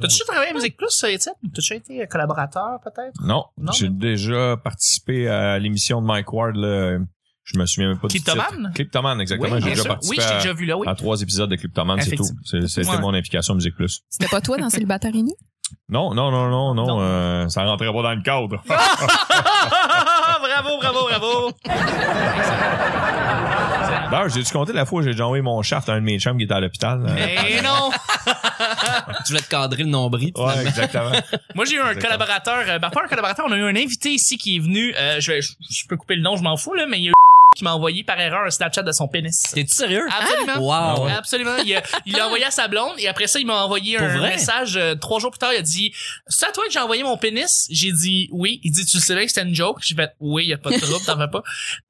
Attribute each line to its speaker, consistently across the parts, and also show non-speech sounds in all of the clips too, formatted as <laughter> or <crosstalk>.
Speaker 1: T'as-tu travaillé à Musique Plus, Étienne? T'as-tu été euh, collaborateur, peut-être?
Speaker 2: Non,
Speaker 1: Non.
Speaker 2: j'ai déjà participé à l'émission de Mike Ward. Là. Je me souviens même pas
Speaker 1: Cliptoman?
Speaker 2: du titre. Cliptoman, exactement.
Speaker 1: oui,
Speaker 2: j'ai
Speaker 1: bien
Speaker 2: déjà
Speaker 1: sûr. Oui,
Speaker 2: participé
Speaker 1: j'ai
Speaker 2: à,
Speaker 1: déjà vu là, oui.
Speaker 2: à trois épisodes de Cliptoman, c'est tout.
Speaker 1: Effectivement.
Speaker 2: C'est- C'était
Speaker 1: Ouais.
Speaker 2: mon implication à Musique Plus.
Speaker 3: C'était pas toi dans Célibataire et nu?
Speaker 2: Non, non, non, non, non.
Speaker 1: Non.
Speaker 2: euh, ça rentrait pas dans
Speaker 1: <laughs>
Speaker 2: le cadre.
Speaker 1: Ah, bravo, bravo,
Speaker 2: <laughs>
Speaker 1: bravo!
Speaker 2: D'ailleurs, j'ai dû compter la fois où j'ai déjà envoyé mon shaft à un de mes chums qui était à l'hôpital. Euh,
Speaker 1: Eh non!
Speaker 4: Tu voulais te cadrer le nombril.
Speaker 2: Ouais, exactement.
Speaker 1: Moi, j'ai eu un
Speaker 2: Exactement.
Speaker 1: collaborateur, euh, ben, pas un collaborateur, on a eu un invité ici qui est venu, euh, je, vais- je- je peux couper le nom, je m'en fous, là, mais il y a eu qui m'a envoyé par erreur un Snapchat de son pénis.
Speaker 4: T'es-tu sérieux?
Speaker 1: Absolument. Ah
Speaker 4: Wow.
Speaker 2: ouais.
Speaker 1: Absolument. Il a- il l'a envoyé à sa blonde et après ça, il m'a envoyé
Speaker 4: Pour
Speaker 1: un
Speaker 4: vrai?
Speaker 1: message euh, trois jours plus tard. Il a dit C'est à toi que j'ai envoyé mon pénis J'ai dit oui. Il dit Tu sais bien que c'était une joke J'ai fait Oui, il n'y a pas de trouble, t'en fais pas.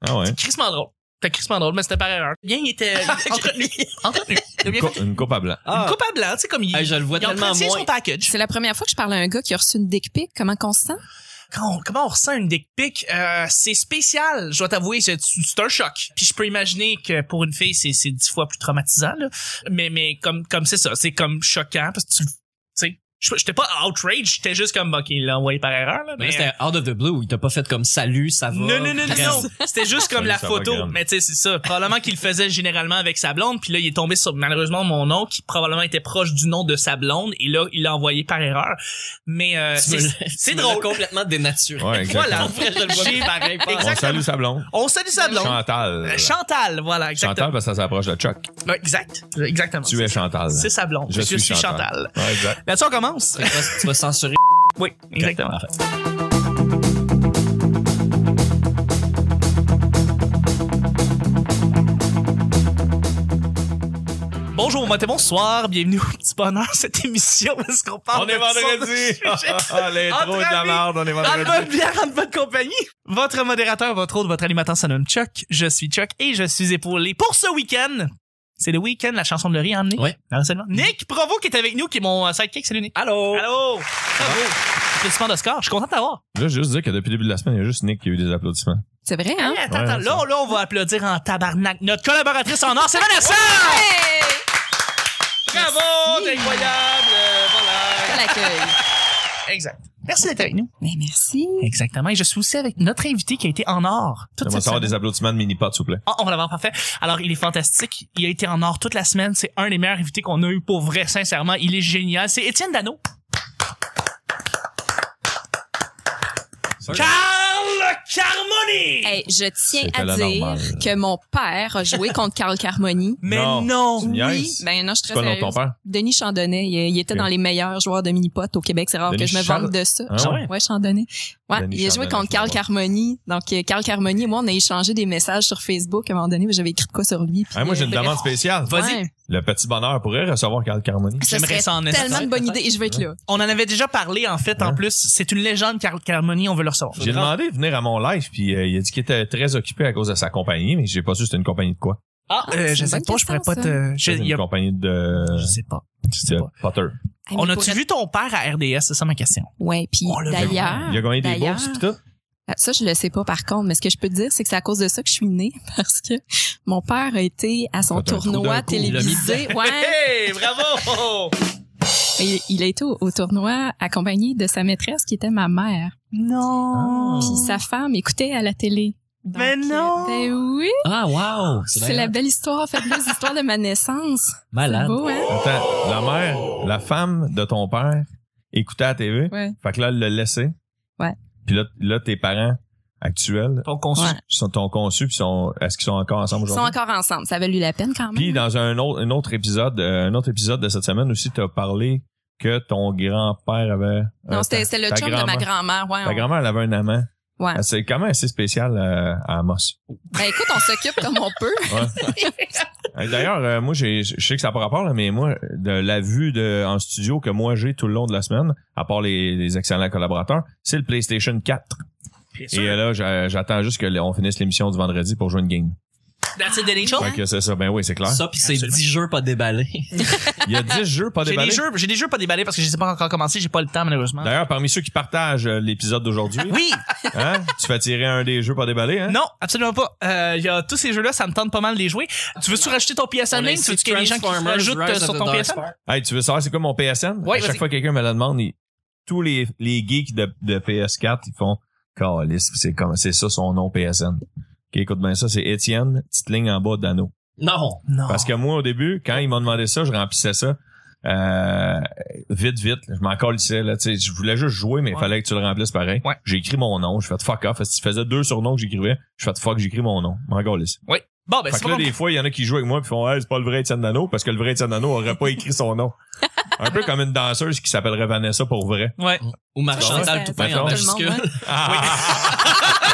Speaker 2: Ah
Speaker 1: <laughs>
Speaker 2: ouais.
Speaker 1: Chris drôle. C'était Chris drôle, mais c'était par erreur. Bien, il
Speaker 4: <laughs>
Speaker 1: était entretenu. entretenu. Il a
Speaker 2: Une,
Speaker 1: bien
Speaker 2: cou-
Speaker 1: fait.
Speaker 2: une coupe à blanc.
Speaker 1: Une
Speaker 4: Ah,
Speaker 1: coupe à blanc, tu sais, comme il.
Speaker 4: Hey, je le vois
Speaker 1: il a
Speaker 4: tellement
Speaker 1: entretenu
Speaker 4: moins.
Speaker 1: son package.
Speaker 3: <laughs> C'est la première fois que je parle à un gars qui a reçu une dick pic. Comment qu'on se sent?
Speaker 1: Quand on- comment on ressent une dick pic, euh, c'est spécial. Je dois t'avouer, c'est c'est un choc. Puis je peux imaginer que pour une fille, c'est c'est dix fois plus traumatisant. Là. Mais mais comme comme c'est ça, c'est comme choquant parce que tu tu sais, je- j'étais pas outrage, j'étais juste comme ok, il l'a envoyé par erreur là.
Speaker 4: Mais
Speaker 1: Mais,
Speaker 4: c'était out of the blue. Il t'a pas fait comme salut, ça va.
Speaker 1: non non non non, non. c'était
Speaker 2: <laughs>
Speaker 1: juste comme
Speaker 2: Salut,
Speaker 1: la
Speaker 2: ça va,
Speaker 1: photo.
Speaker 2: Graham?
Speaker 1: Mais tu sais, c'est ça. Probablement qu'il le faisait généralement avec sa blonde. Puis là, il est tombé sur malheureusement mon nom qui probablement était proche du nom de sa blonde. Et là, il l'a envoyé par erreur. Mais euh,
Speaker 4: Tu me
Speaker 1: c'est
Speaker 4: l'as-
Speaker 1: c'est
Speaker 4: tu me l'as
Speaker 1: drôle.
Speaker 4: complètement dénaturé.
Speaker 2: Ouais,
Speaker 1: Voilà.
Speaker 2: exactement.
Speaker 4: En vrai, je le vois
Speaker 1: J'ai-
Speaker 4: pareil. pas.
Speaker 1: Exact.
Speaker 2: On salue sa blonde.
Speaker 1: On salue sa blonde.
Speaker 2: Chantal.
Speaker 1: Euh, Chantal, voilà, exactement.
Speaker 2: Chantal, parce que ça s'approche de Chuck.
Speaker 1: Ouais, exact, exactement.
Speaker 2: Tu es Chantal.
Speaker 1: C'est sa blonde.
Speaker 2: Je suis Chantal. Ouais, exact.
Speaker 1: Là-dessus, on commence.
Speaker 4: Tu vas- Tu
Speaker 1: <laughs>
Speaker 4: vas censurer.
Speaker 1: oui, exactement.
Speaker 4: Parfait.
Speaker 1: Bonjour, bon matin, bonsoir, bienvenue au Petit Bonheur, <laughs> cette émission où est-ce qu'on parle
Speaker 2: On est
Speaker 1: de <laughs>
Speaker 2: <laughs> vendredi! Ah,
Speaker 1: toutes sortes de sujets.
Speaker 2: L'intro
Speaker 1: Entre
Speaker 2: de la
Speaker 1: amis.
Speaker 2: merde, on est
Speaker 1: En
Speaker 2: vendredi.
Speaker 1: bonne bière, en bonne compagnie. Votre modérateur, votre autre, votre animateur se nomme Chuck. Je suis Chuck et je suis épaulé pour ce week-end. C'est le week-end, la chanson de Laurie hein, a emmené.
Speaker 4: Ouais.
Speaker 1: dans le segment. Nick Provo qui est avec nous, qui est mon euh, sidekick, salut Nick.
Speaker 4: Allô?
Speaker 1: Allô! Bravo! Félicitations de score, je suis content de t'avoir.
Speaker 2: Là, je veux juste dire que depuis le début de la semaine, il y a juste Nick qui a eu des applaudissements.
Speaker 3: C'est vrai, hein?
Speaker 1: Attends,
Speaker 2: Ouais,
Speaker 1: attends,
Speaker 2: c'est
Speaker 1: là, là, on va applaudir en tabarnak notre collaboratrice en or, c'est Vanessa! Bravo! T'es incroyable! euh, voilà.
Speaker 3: Quel accueil.
Speaker 1: Exact. Merci d'être avec nous.
Speaker 3: Mais Ben, merci.
Speaker 1: Exactement. Et je suis aussi avec notre invité qui a été en or toute
Speaker 2: J'aimerais
Speaker 1: cette
Speaker 2: savoir
Speaker 1: semaine.
Speaker 2: des applaudissements de Minipod, s'il vous plaît.
Speaker 1: Ah, on va l'avoir parfait. Alors, il est fantastique. Il a été en or toute la semaine. C'est un des meilleurs invités qu'on a eu pour vrai, sincèrement. Il est génial. C'est Étienne Dano. Carl Carmoni!
Speaker 3: Hey, je tiens
Speaker 2: C'était
Speaker 3: à
Speaker 2: la
Speaker 3: dire
Speaker 2: normale.
Speaker 3: que mon père a joué contre Carl Carmoni.
Speaker 1: Mais
Speaker 2: Non.
Speaker 1: non!
Speaker 2: Tu
Speaker 3: Oui,
Speaker 2: niaises?
Speaker 3: ben non, je suis
Speaker 2: C'est
Speaker 3: très
Speaker 2: quoi le nom de ton
Speaker 3: sérieuse.
Speaker 2: père?
Speaker 3: Denis Chandonnet, il, il était
Speaker 2: Ok.
Speaker 3: dans les meilleurs joueurs de mini-pot au Québec. C'est rare
Speaker 2: Denis
Speaker 3: que je me
Speaker 2: Chand-
Speaker 3: vante de ça.
Speaker 2: Ah ouais?
Speaker 3: Ouais, Chandonnet. Ouais,
Speaker 2: Denis
Speaker 3: il a joué
Speaker 2: Chandonnet,
Speaker 3: contre
Speaker 2: je
Speaker 3: Carl
Speaker 2: vois.
Speaker 3: Carmoni. Donc, euh, Carl Carmoni et moi, on a échangé des messages sur Facebook à un moment donné, mais j'avais écrit de quoi sur lui. puis,
Speaker 2: Hey, Ah, moi, j'ai
Speaker 3: euh,
Speaker 2: une
Speaker 3: bref.
Speaker 2: demande spéciale.
Speaker 1: Vas-y.
Speaker 3: Ouais.
Speaker 2: Le petit bonheur pourrait recevoir Carl Carmoni.
Speaker 3: Ça
Speaker 1: J'aimerais
Speaker 3: serait
Speaker 1: ça en être.
Speaker 3: tellement de bonne idée et je vais être là.
Speaker 1: On en avait déjà parlé, en fait, en
Speaker 2: Ouais.
Speaker 1: plus. C'est une légende, Carl Carmoni. On veut le recevoir.
Speaker 2: J'ai demandé de venir à mon live, puis euh, il a dit qu'il était très occupé à cause de sa compagnie, mais j'ai pas su c'était une compagnie de quoi.
Speaker 1: Ah,
Speaker 3: c'est
Speaker 1: euh, je
Speaker 3: une
Speaker 1: sais
Speaker 3: bonne
Speaker 1: pas, je pourrais
Speaker 3: question,
Speaker 1: pas te. Je,
Speaker 2: C'est une euh.
Speaker 1: y a-
Speaker 2: compagnie de,
Speaker 1: je sais pas. Je sais
Speaker 2: de
Speaker 1: pas.
Speaker 2: Potter.
Speaker 3: Hey, mais
Speaker 1: On
Speaker 3: pour
Speaker 1: a-tu
Speaker 3: être-
Speaker 1: vu ton père à RDS? C'est ça ma question.
Speaker 3: Ouais, puis
Speaker 1: On l'a vu.
Speaker 3: d'ailleurs.
Speaker 2: Il a gagné des
Speaker 3: d'ailleurs,
Speaker 2: bourses pis tout.
Speaker 3: Ah, Ça, je le sais pas par contre, mais ce que je peux te dire, c'est que c'est à cause de ça que je suis née, <laughs> parce que mon père a été à son
Speaker 2: Fait un trou d'un
Speaker 3: tournoi
Speaker 2: coup, il l'a mis
Speaker 3: télévisé. Ouais,
Speaker 1: Hey, bravo!
Speaker 3: il, il a été au, au tournoi accompagné de sa maîtresse qui était ma mère.
Speaker 2: Ah.
Speaker 1: Non!
Speaker 3: Puis sa femme écoutait à la télé. Donc,
Speaker 1: Mais non!
Speaker 3: euh, Ben oui,
Speaker 4: Ah, wow.
Speaker 3: c'est la
Speaker 4: malade.
Speaker 3: belle histoire, fabuleuse histoire de ma naissance.
Speaker 4: Malade.
Speaker 3: Beau, hein?
Speaker 2: Attends, la mère, la femme de ton père écoutait à la TV.
Speaker 3: Ouais.
Speaker 2: Fait que là, elle l'a laissé.
Speaker 3: Ouais.
Speaker 2: Puis là, là, tes parents actuels
Speaker 1: Ton conçu.
Speaker 3: Ouais.
Speaker 2: sont t'ont conçu, puis sont, est-ce qu'ils sont encore ensemble
Speaker 3: Ils sont
Speaker 2: aujourd'hui?
Speaker 3: encore ensemble, ça valait lui la peine quand même.
Speaker 2: Puis euh, dans un autre, un autre épisode, euh, un autre épisode de cette semaine aussi, t'as parlé que ton grand-père avait.
Speaker 3: non,
Speaker 2: euh,
Speaker 3: c'était c'était le
Speaker 2: ta
Speaker 3: chum de ma grand-mère, ouais.
Speaker 2: Ta
Speaker 3: on-
Speaker 2: grand-mère, elle avait un amant.
Speaker 3: Ouais.
Speaker 2: Ah, C'est quand même assez spécial euh, à Amos.
Speaker 3: Ben écoute, on s'occupe comme on peut. <laughs>
Speaker 2: Euh, D'ailleurs, euh, moi, j'ai- je sais que ça n'a pas rapport, là, mais moi, de la vue de, en studio que moi j'ai tout le long de la semaine, à part les, les excellents collaborateurs, c'est le PlayStation 4.
Speaker 1: Bien
Speaker 2: Et euh, là, j'a- j'attends juste que l- on finisse l'émission du vendredi pour jouer une game.
Speaker 1: That's it, the nature.
Speaker 2: Fait que c'est ça. Ben oui, c'est clair.
Speaker 4: Ça, puis c'est
Speaker 1: Absolument.
Speaker 4: 10 jeux
Speaker 1: <laughs>
Speaker 4: pas déballés.
Speaker 2: Il y a 10 jeux pas
Speaker 1: J'ai
Speaker 2: déballés.
Speaker 1: des jeux, j'ai des jeux pas déballés parce que je sais pas encore commencé, j'ai pas le temps, malheureusement.
Speaker 2: D'ailleurs, parmi ceux qui partagent euh, l'épisode d'aujourd'hui,
Speaker 1: Oui!
Speaker 2: hein, tu vas tirer un des jeux pas déballés, hein?
Speaker 1: Non, absolument pas. Euh, il y a tous ces jeux-là, ça me tente pas mal de les jouer. Tu veux-tu rajouter ton PSN
Speaker 4: On a
Speaker 1: Link? Tu veux
Speaker 4: ici
Speaker 1: qu'il y ait des gens qui se
Speaker 4: Transformers,
Speaker 1: rajoutent euh,
Speaker 4: Rise
Speaker 1: sur
Speaker 4: of the
Speaker 1: ton
Speaker 4: Dark
Speaker 1: PSN?
Speaker 4: Spark.
Speaker 2: Hey, tu veux savoir c'est quoi mon PSN?
Speaker 1: Ouais,
Speaker 2: à chaque
Speaker 1: vas-y.
Speaker 2: fois que quelqu'un me la demande, il- tous les, les geeks de, de PS4, ils font Calice, c'est comme c'est ça son nom PSN. Ok, écoute bien ça, c'est Étienne, petite ligne en bas d'anneau.
Speaker 4: Non.
Speaker 1: Non.
Speaker 2: Parce que moi, au début, quand ils m'ont demandé ça, je remplissais ça. euh, vite, vite. Je m'en colissais, là. Tu sais, je voulais juste jouer, mais il
Speaker 1: Ouais.
Speaker 2: fallait que tu le remplisses pareil.
Speaker 1: Ouais.
Speaker 2: J'ai écrit mon nom. Je fais fuck off. Si tu faisais deux surnoms que j'écrivais, je fais fuck, j'écris mon nom. Je M'en colissais.
Speaker 1: Oui. Bon, ben,
Speaker 2: Fait
Speaker 1: c'est
Speaker 2: que
Speaker 1: pas
Speaker 2: là,
Speaker 1: bon.
Speaker 2: des fois, il y en a qui jouent avec moi puis font, hey, c'est pas le vrai Étienne Dano parce que le vrai Étienne Dano aurait pas écrit son nom. Un peu comme une danseuse qui s'appellerait Vanessa pour vrai.
Speaker 1: Ouais.
Speaker 4: Ou
Speaker 2: Ça,
Speaker 4: Marchandal
Speaker 3: ça,
Speaker 2: ça,
Speaker 4: tout pain en
Speaker 2: tout
Speaker 3: le monde,
Speaker 4: majuscule.
Speaker 2: <laughs>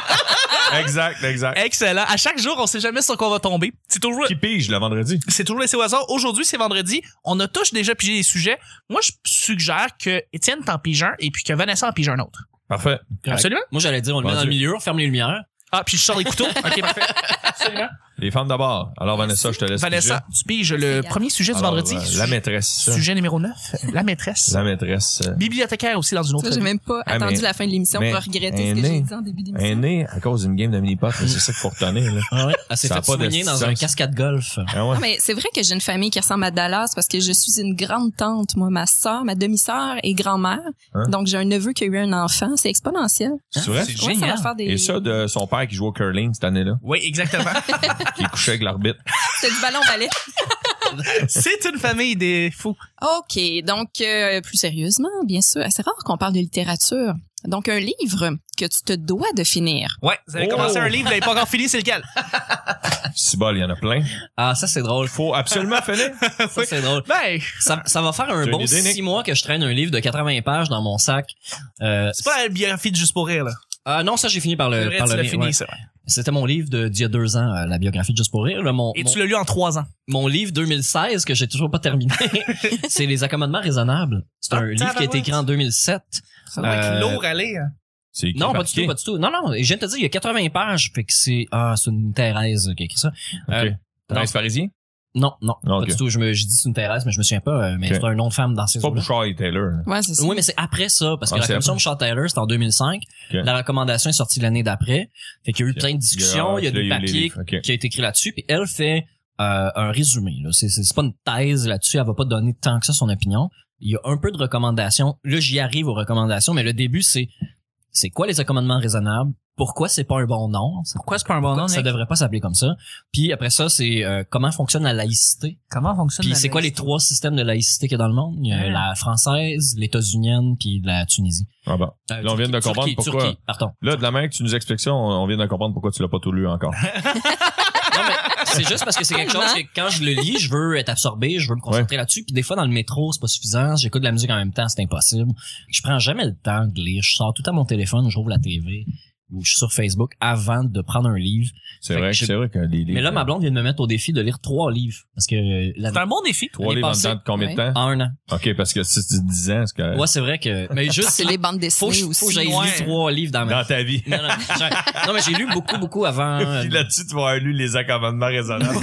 Speaker 2: exact, exact.
Speaker 1: Excellent. À chaque jour, on sait jamais sur quoi on va tomber. C'est toujours,
Speaker 2: Qui pige le vendredi?
Speaker 1: c'est toujours laissé au hasard. Aujourd'hui, c'est vendredi. On a tous déjà pigé des sujets. Moi, je suggère que Étienne t'en pige un et puis que Vanessa en pige un autre.
Speaker 2: Parfait.
Speaker 4: Correct.
Speaker 1: Absolument.
Speaker 4: Moi, j'allais dire, on le met
Speaker 2: Bon
Speaker 4: dans le
Speaker 2: Dieu.
Speaker 4: milieu, on ferme les lumières.
Speaker 1: Ah, puis je sors les couteaux. OK, parfait. Absolument.
Speaker 2: Les femmes d'abord. Alors, Vanessa, je te
Speaker 1: <laughs>
Speaker 2: laisse.
Speaker 1: Vanessa, tu piges le
Speaker 3: Regarde.
Speaker 1: premier sujet du
Speaker 2: Alors,
Speaker 1: vendredi.
Speaker 2: euh, la maîtresse.
Speaker 1: Sujet numéro 9, la maîtresse.
Speaker 2: La maîtresse. euh,
Speaker 1: Bibliothécaire aussi dans une autre
Speaker 3: Ça, j'ai
Speaker 1: vie.
Speaker 3: même pas
Speaker 2: Ah,
Speaker 3: attendu
Speaker 2: mais-
Speaker 3: la fin de l'émission
Speaker 2: mais-
Speaker 3: pour regretter ce
Speaker 2: mais
Speaker 3: que j'ai
Speaker 2: né-
Speaker 3: dit en début d'émission.
Speaker 2: est née à cause d'une game de mini-pot, mais c'est ça qu'il faut retenir, là.
Speaker 4: Elle
Speaker 2: Ah Ça
Speaker 4: s'est
Speaker 2: a
Speaker 4: Ah, fait
Speaker 2: pas de
Speaker 4: soigner dans
Speaker 2: sens.
Speaker 4: un cascade golf.
Speaker 2: Ah ouais.
Speaker 3: Non, mais c'est vrai que j'ai une famille qui ressemble à Dallas parce que je suis une grande tante, moi, ma sœur, ma demi-sœur et grand-mère.
Speaker 2: Hein?
Speaker 3: Donc j'ai un neveu qui a eu un enfant, c'est exponentiel.
Speaker 2: C'est vrai?
Speaker 4: C'est
Speaker 3: Ouais, ça va
Speaker 4: génial.
Speaker 3: faire des
Speaker 2: Et ça, de son père qui joue au curling cette année-là,
Speaker 1: Oui, exactement.
Speaker 2: qui couchait avec l'arbitre.
Speaker 3: c'est du ballon ballet.
Speaker 1: c'est une famille des fous.
Speaker 3: OK, donc euh, plus sérieusement, bien sûr, c'est rare qu'on parle de littérature. Donc un livre que tu te dois de finir.
Speaker 1: Ouais, vous avez
Speaker 2: Oh.
Speaker 1: commencé un livre, vous n'avez pas encore fini, c'est lequel?
Speaker 2: Si bol, il y en a plein.
Speaker 4: Ah, ça, c'est
Speaker 2: <laughs>
Speaker 4: drôle.
Speaker 2: Faut absolument finir.
Speaker 4: Ça, c'est drôle.
Speaker 1: Ben,
Speaker 4: Ça, ça va faire un
Speaker 2: T'as
Speaker 4: bon
Speaker 2: une idée, Nick?
Speaker 4: six mois que je traîne un livre de 80 pages dans mon sac. Euh,
Speaker 1: c'est pas la biographie de Juste pour rire, là.
Speaker 4: ah non, ça, j'ai fini par
Speaker 1: C'est
Speaker 4: le...
Speaker 1: vrai,
Speaker 4: par
Speaker 1: tu
Speaker 4: le
Speaker 1: l'as
Speaker 4: lien,
Speaker 1: fini,
Speaker 4: ouais.
Speaker 1: ça.
Speaker 4: C'était mon livre de- d'il y a deux ans, euh, la biographie de Juste pour rire. là, mon,
Speaker 1: Et
Speaker 4: mon-
Speaker 1: tu l'as lu en trois ans.
Speaker 4: mon livre 2016 que j'ai toujours
Speaker 1: <laughs>
Speaker 4: pas terminé, c'est Les accommodements raisonnables. C'est
Speaker 1: Ah,
Speaker 4: un livre qui a été écrit en 2007.
Speaker 1: Avec
Speaker 4: Euh,
Speaker 1: lourd aller. hein.
Speaker 2: C'est écrit
Speaker 4: Non,
Speaker 2: par
Speaker 4: pas du
Speaker 2: qui?
Speaker 4: tout, pas du tout. Non, non, je viens de te dire, il y a 80 pages, fait que c'est, ah, c'est une Thérèse qui a écrit ça. Euh,
Speaker 2: Ok. Prince Parisien?
Speaker 4: non, non,
Speaker 2: Ah, ok.
Speaker 4: pas du tout. Je me, j'ai dit c'est une Thérèse, mais je me souviens pas, euh, mais
Speaker 2: Ok.
Speaker 4: c'est un nom de femme dans ces
Speaker 2: C'est pas
Speaker 4: eaux-là.
Speaker 2: Bouchard et Taylor.
Speaker 4: hein?
Speaker 2: là.
Speaker 3: Ouais, c'est ça.
Speaker 4: Oui, mais c'est après ça, parce que
Speaker 2: Ah,
Speaker 4: la
Speaker 2: c'est
Speaker 4: commission de Charles Taylor, c'était en 2005.
Speaker 2: Ok.
Speaker 4: La recommandation est sortie l'année d'après. Fait qu'il y a eu
Speaker 2: Ok.
Speaker 4: plein de discussions, il y
Speaker 2: puis là,
Speaker 4: a des
Speaker 2: eu les
Speaker 4: papiers
Speaker 2: livres. Ok.
Speaker 4: qui a été écrit là-dessus, puis elle fait euh, un résumé. là. C'est, c'est, c'est pas une thèse là-dessus, elle va pas donner tant que ça son opinion. Il y a un peu de recommandations. Là, j'y arrive aux recommandations, mais le début, c'est c'est quoi les accommodements raisonnables? Pourquoi c'est pas un bon nom?
Speaker 1: Pourquoi c'est pas un bon nom,
Speaker 4: Ça
Speaker 1: Nick?
Speaker 4: devrait pas s'appeler comme ça. Puis après ça, c'est euh, comment fonctionne la laïcité.
Speaker 1: Comment fonctionne
Speaker 4: Puis
Speaker 1: la
Speaker 4: c'est quoi les
Speaker 1: laïcité?
Speaker 4: trois systèmes de laïcité qu'il y a dans le monde? Il y a
Speaker 1: Ah.
Speaker 4: la française, l'états-unionienne, puis la Tunisie.
Speaker 2: Ah bon.
Speaker 4: Euh,
Speaker 2: Là, on vient de
Speaker 4: Turquie-
Speaker 2: comprendre
Speaker 4: Turquie,
Speaker 2: pourquoi.
Speaker 4: Turquie, pardon.
Speaker 2: Là, de la main que tu nous expliques ça, on on vient de comprendre pourquoi tu l'as pas tout lu
Speaker 4: <laughs>
Speaker 2: encore.
Speaker 4: Non, mais c'est juste parce que c'est quelque chose que quand je le lis, je veux être absorbé, je veux me concentrer là-dessus. Puis des fois, dans le métro, c'est pas suffisant. J'écoute de la musique en même temps, c'est impossible. Je prends jamais le temps de lire. Je sors tout à mon téléphone, j'ouvre la TV ou je suis sur Facebook avant de prendre un livre.
Speaker 2: C'est
Speaker 4: Fait
Speaker 2: vrai
Speaker 4: que
Speaker 2: que
Speaker 4: j'ai-
Speaker 2: c'est vrai que les euh, livres.
Speaker 4: Mais là, ma blonde vient de me mettre au défi de lire trois livres. Parce que euh, la...
Speaker 1: C'est un bon défi.
Speaker 2: Trois
Speaker 4: l'année
Speaker 2: livres en
Speaker 4: passée-
Speaker 2: dedans de combien de temps?
Speaker 4: en un an.
Speaker 2: Ok, parce que si tu dis 10 ans, c'est que.
Speaker 4: Ouais, c'est vrai que... Mais juste,
Speaker 3: C'est les bandes
Speaker 4: faut,
Speaker 3: dessinées
Speaker 4: que je- faut que
Speaker 3: aussi.
Speaker 4: j'aille
Speaker 1: Ouais.
Speaker 4: lire trois livres dans ma...
Speaker 2: Dans ta
Speaker 4: <laughs>
Speaker 2: vie.
Speaker 4: Non, non, j'ai- non, mais j'ai lu beaucoup, beaucoup avant
Speaker 2: <laughs>
Speaker 4: euh,
Speaker 2: Puis là-dessus, tu vas avoir lu les accommodements raisonnables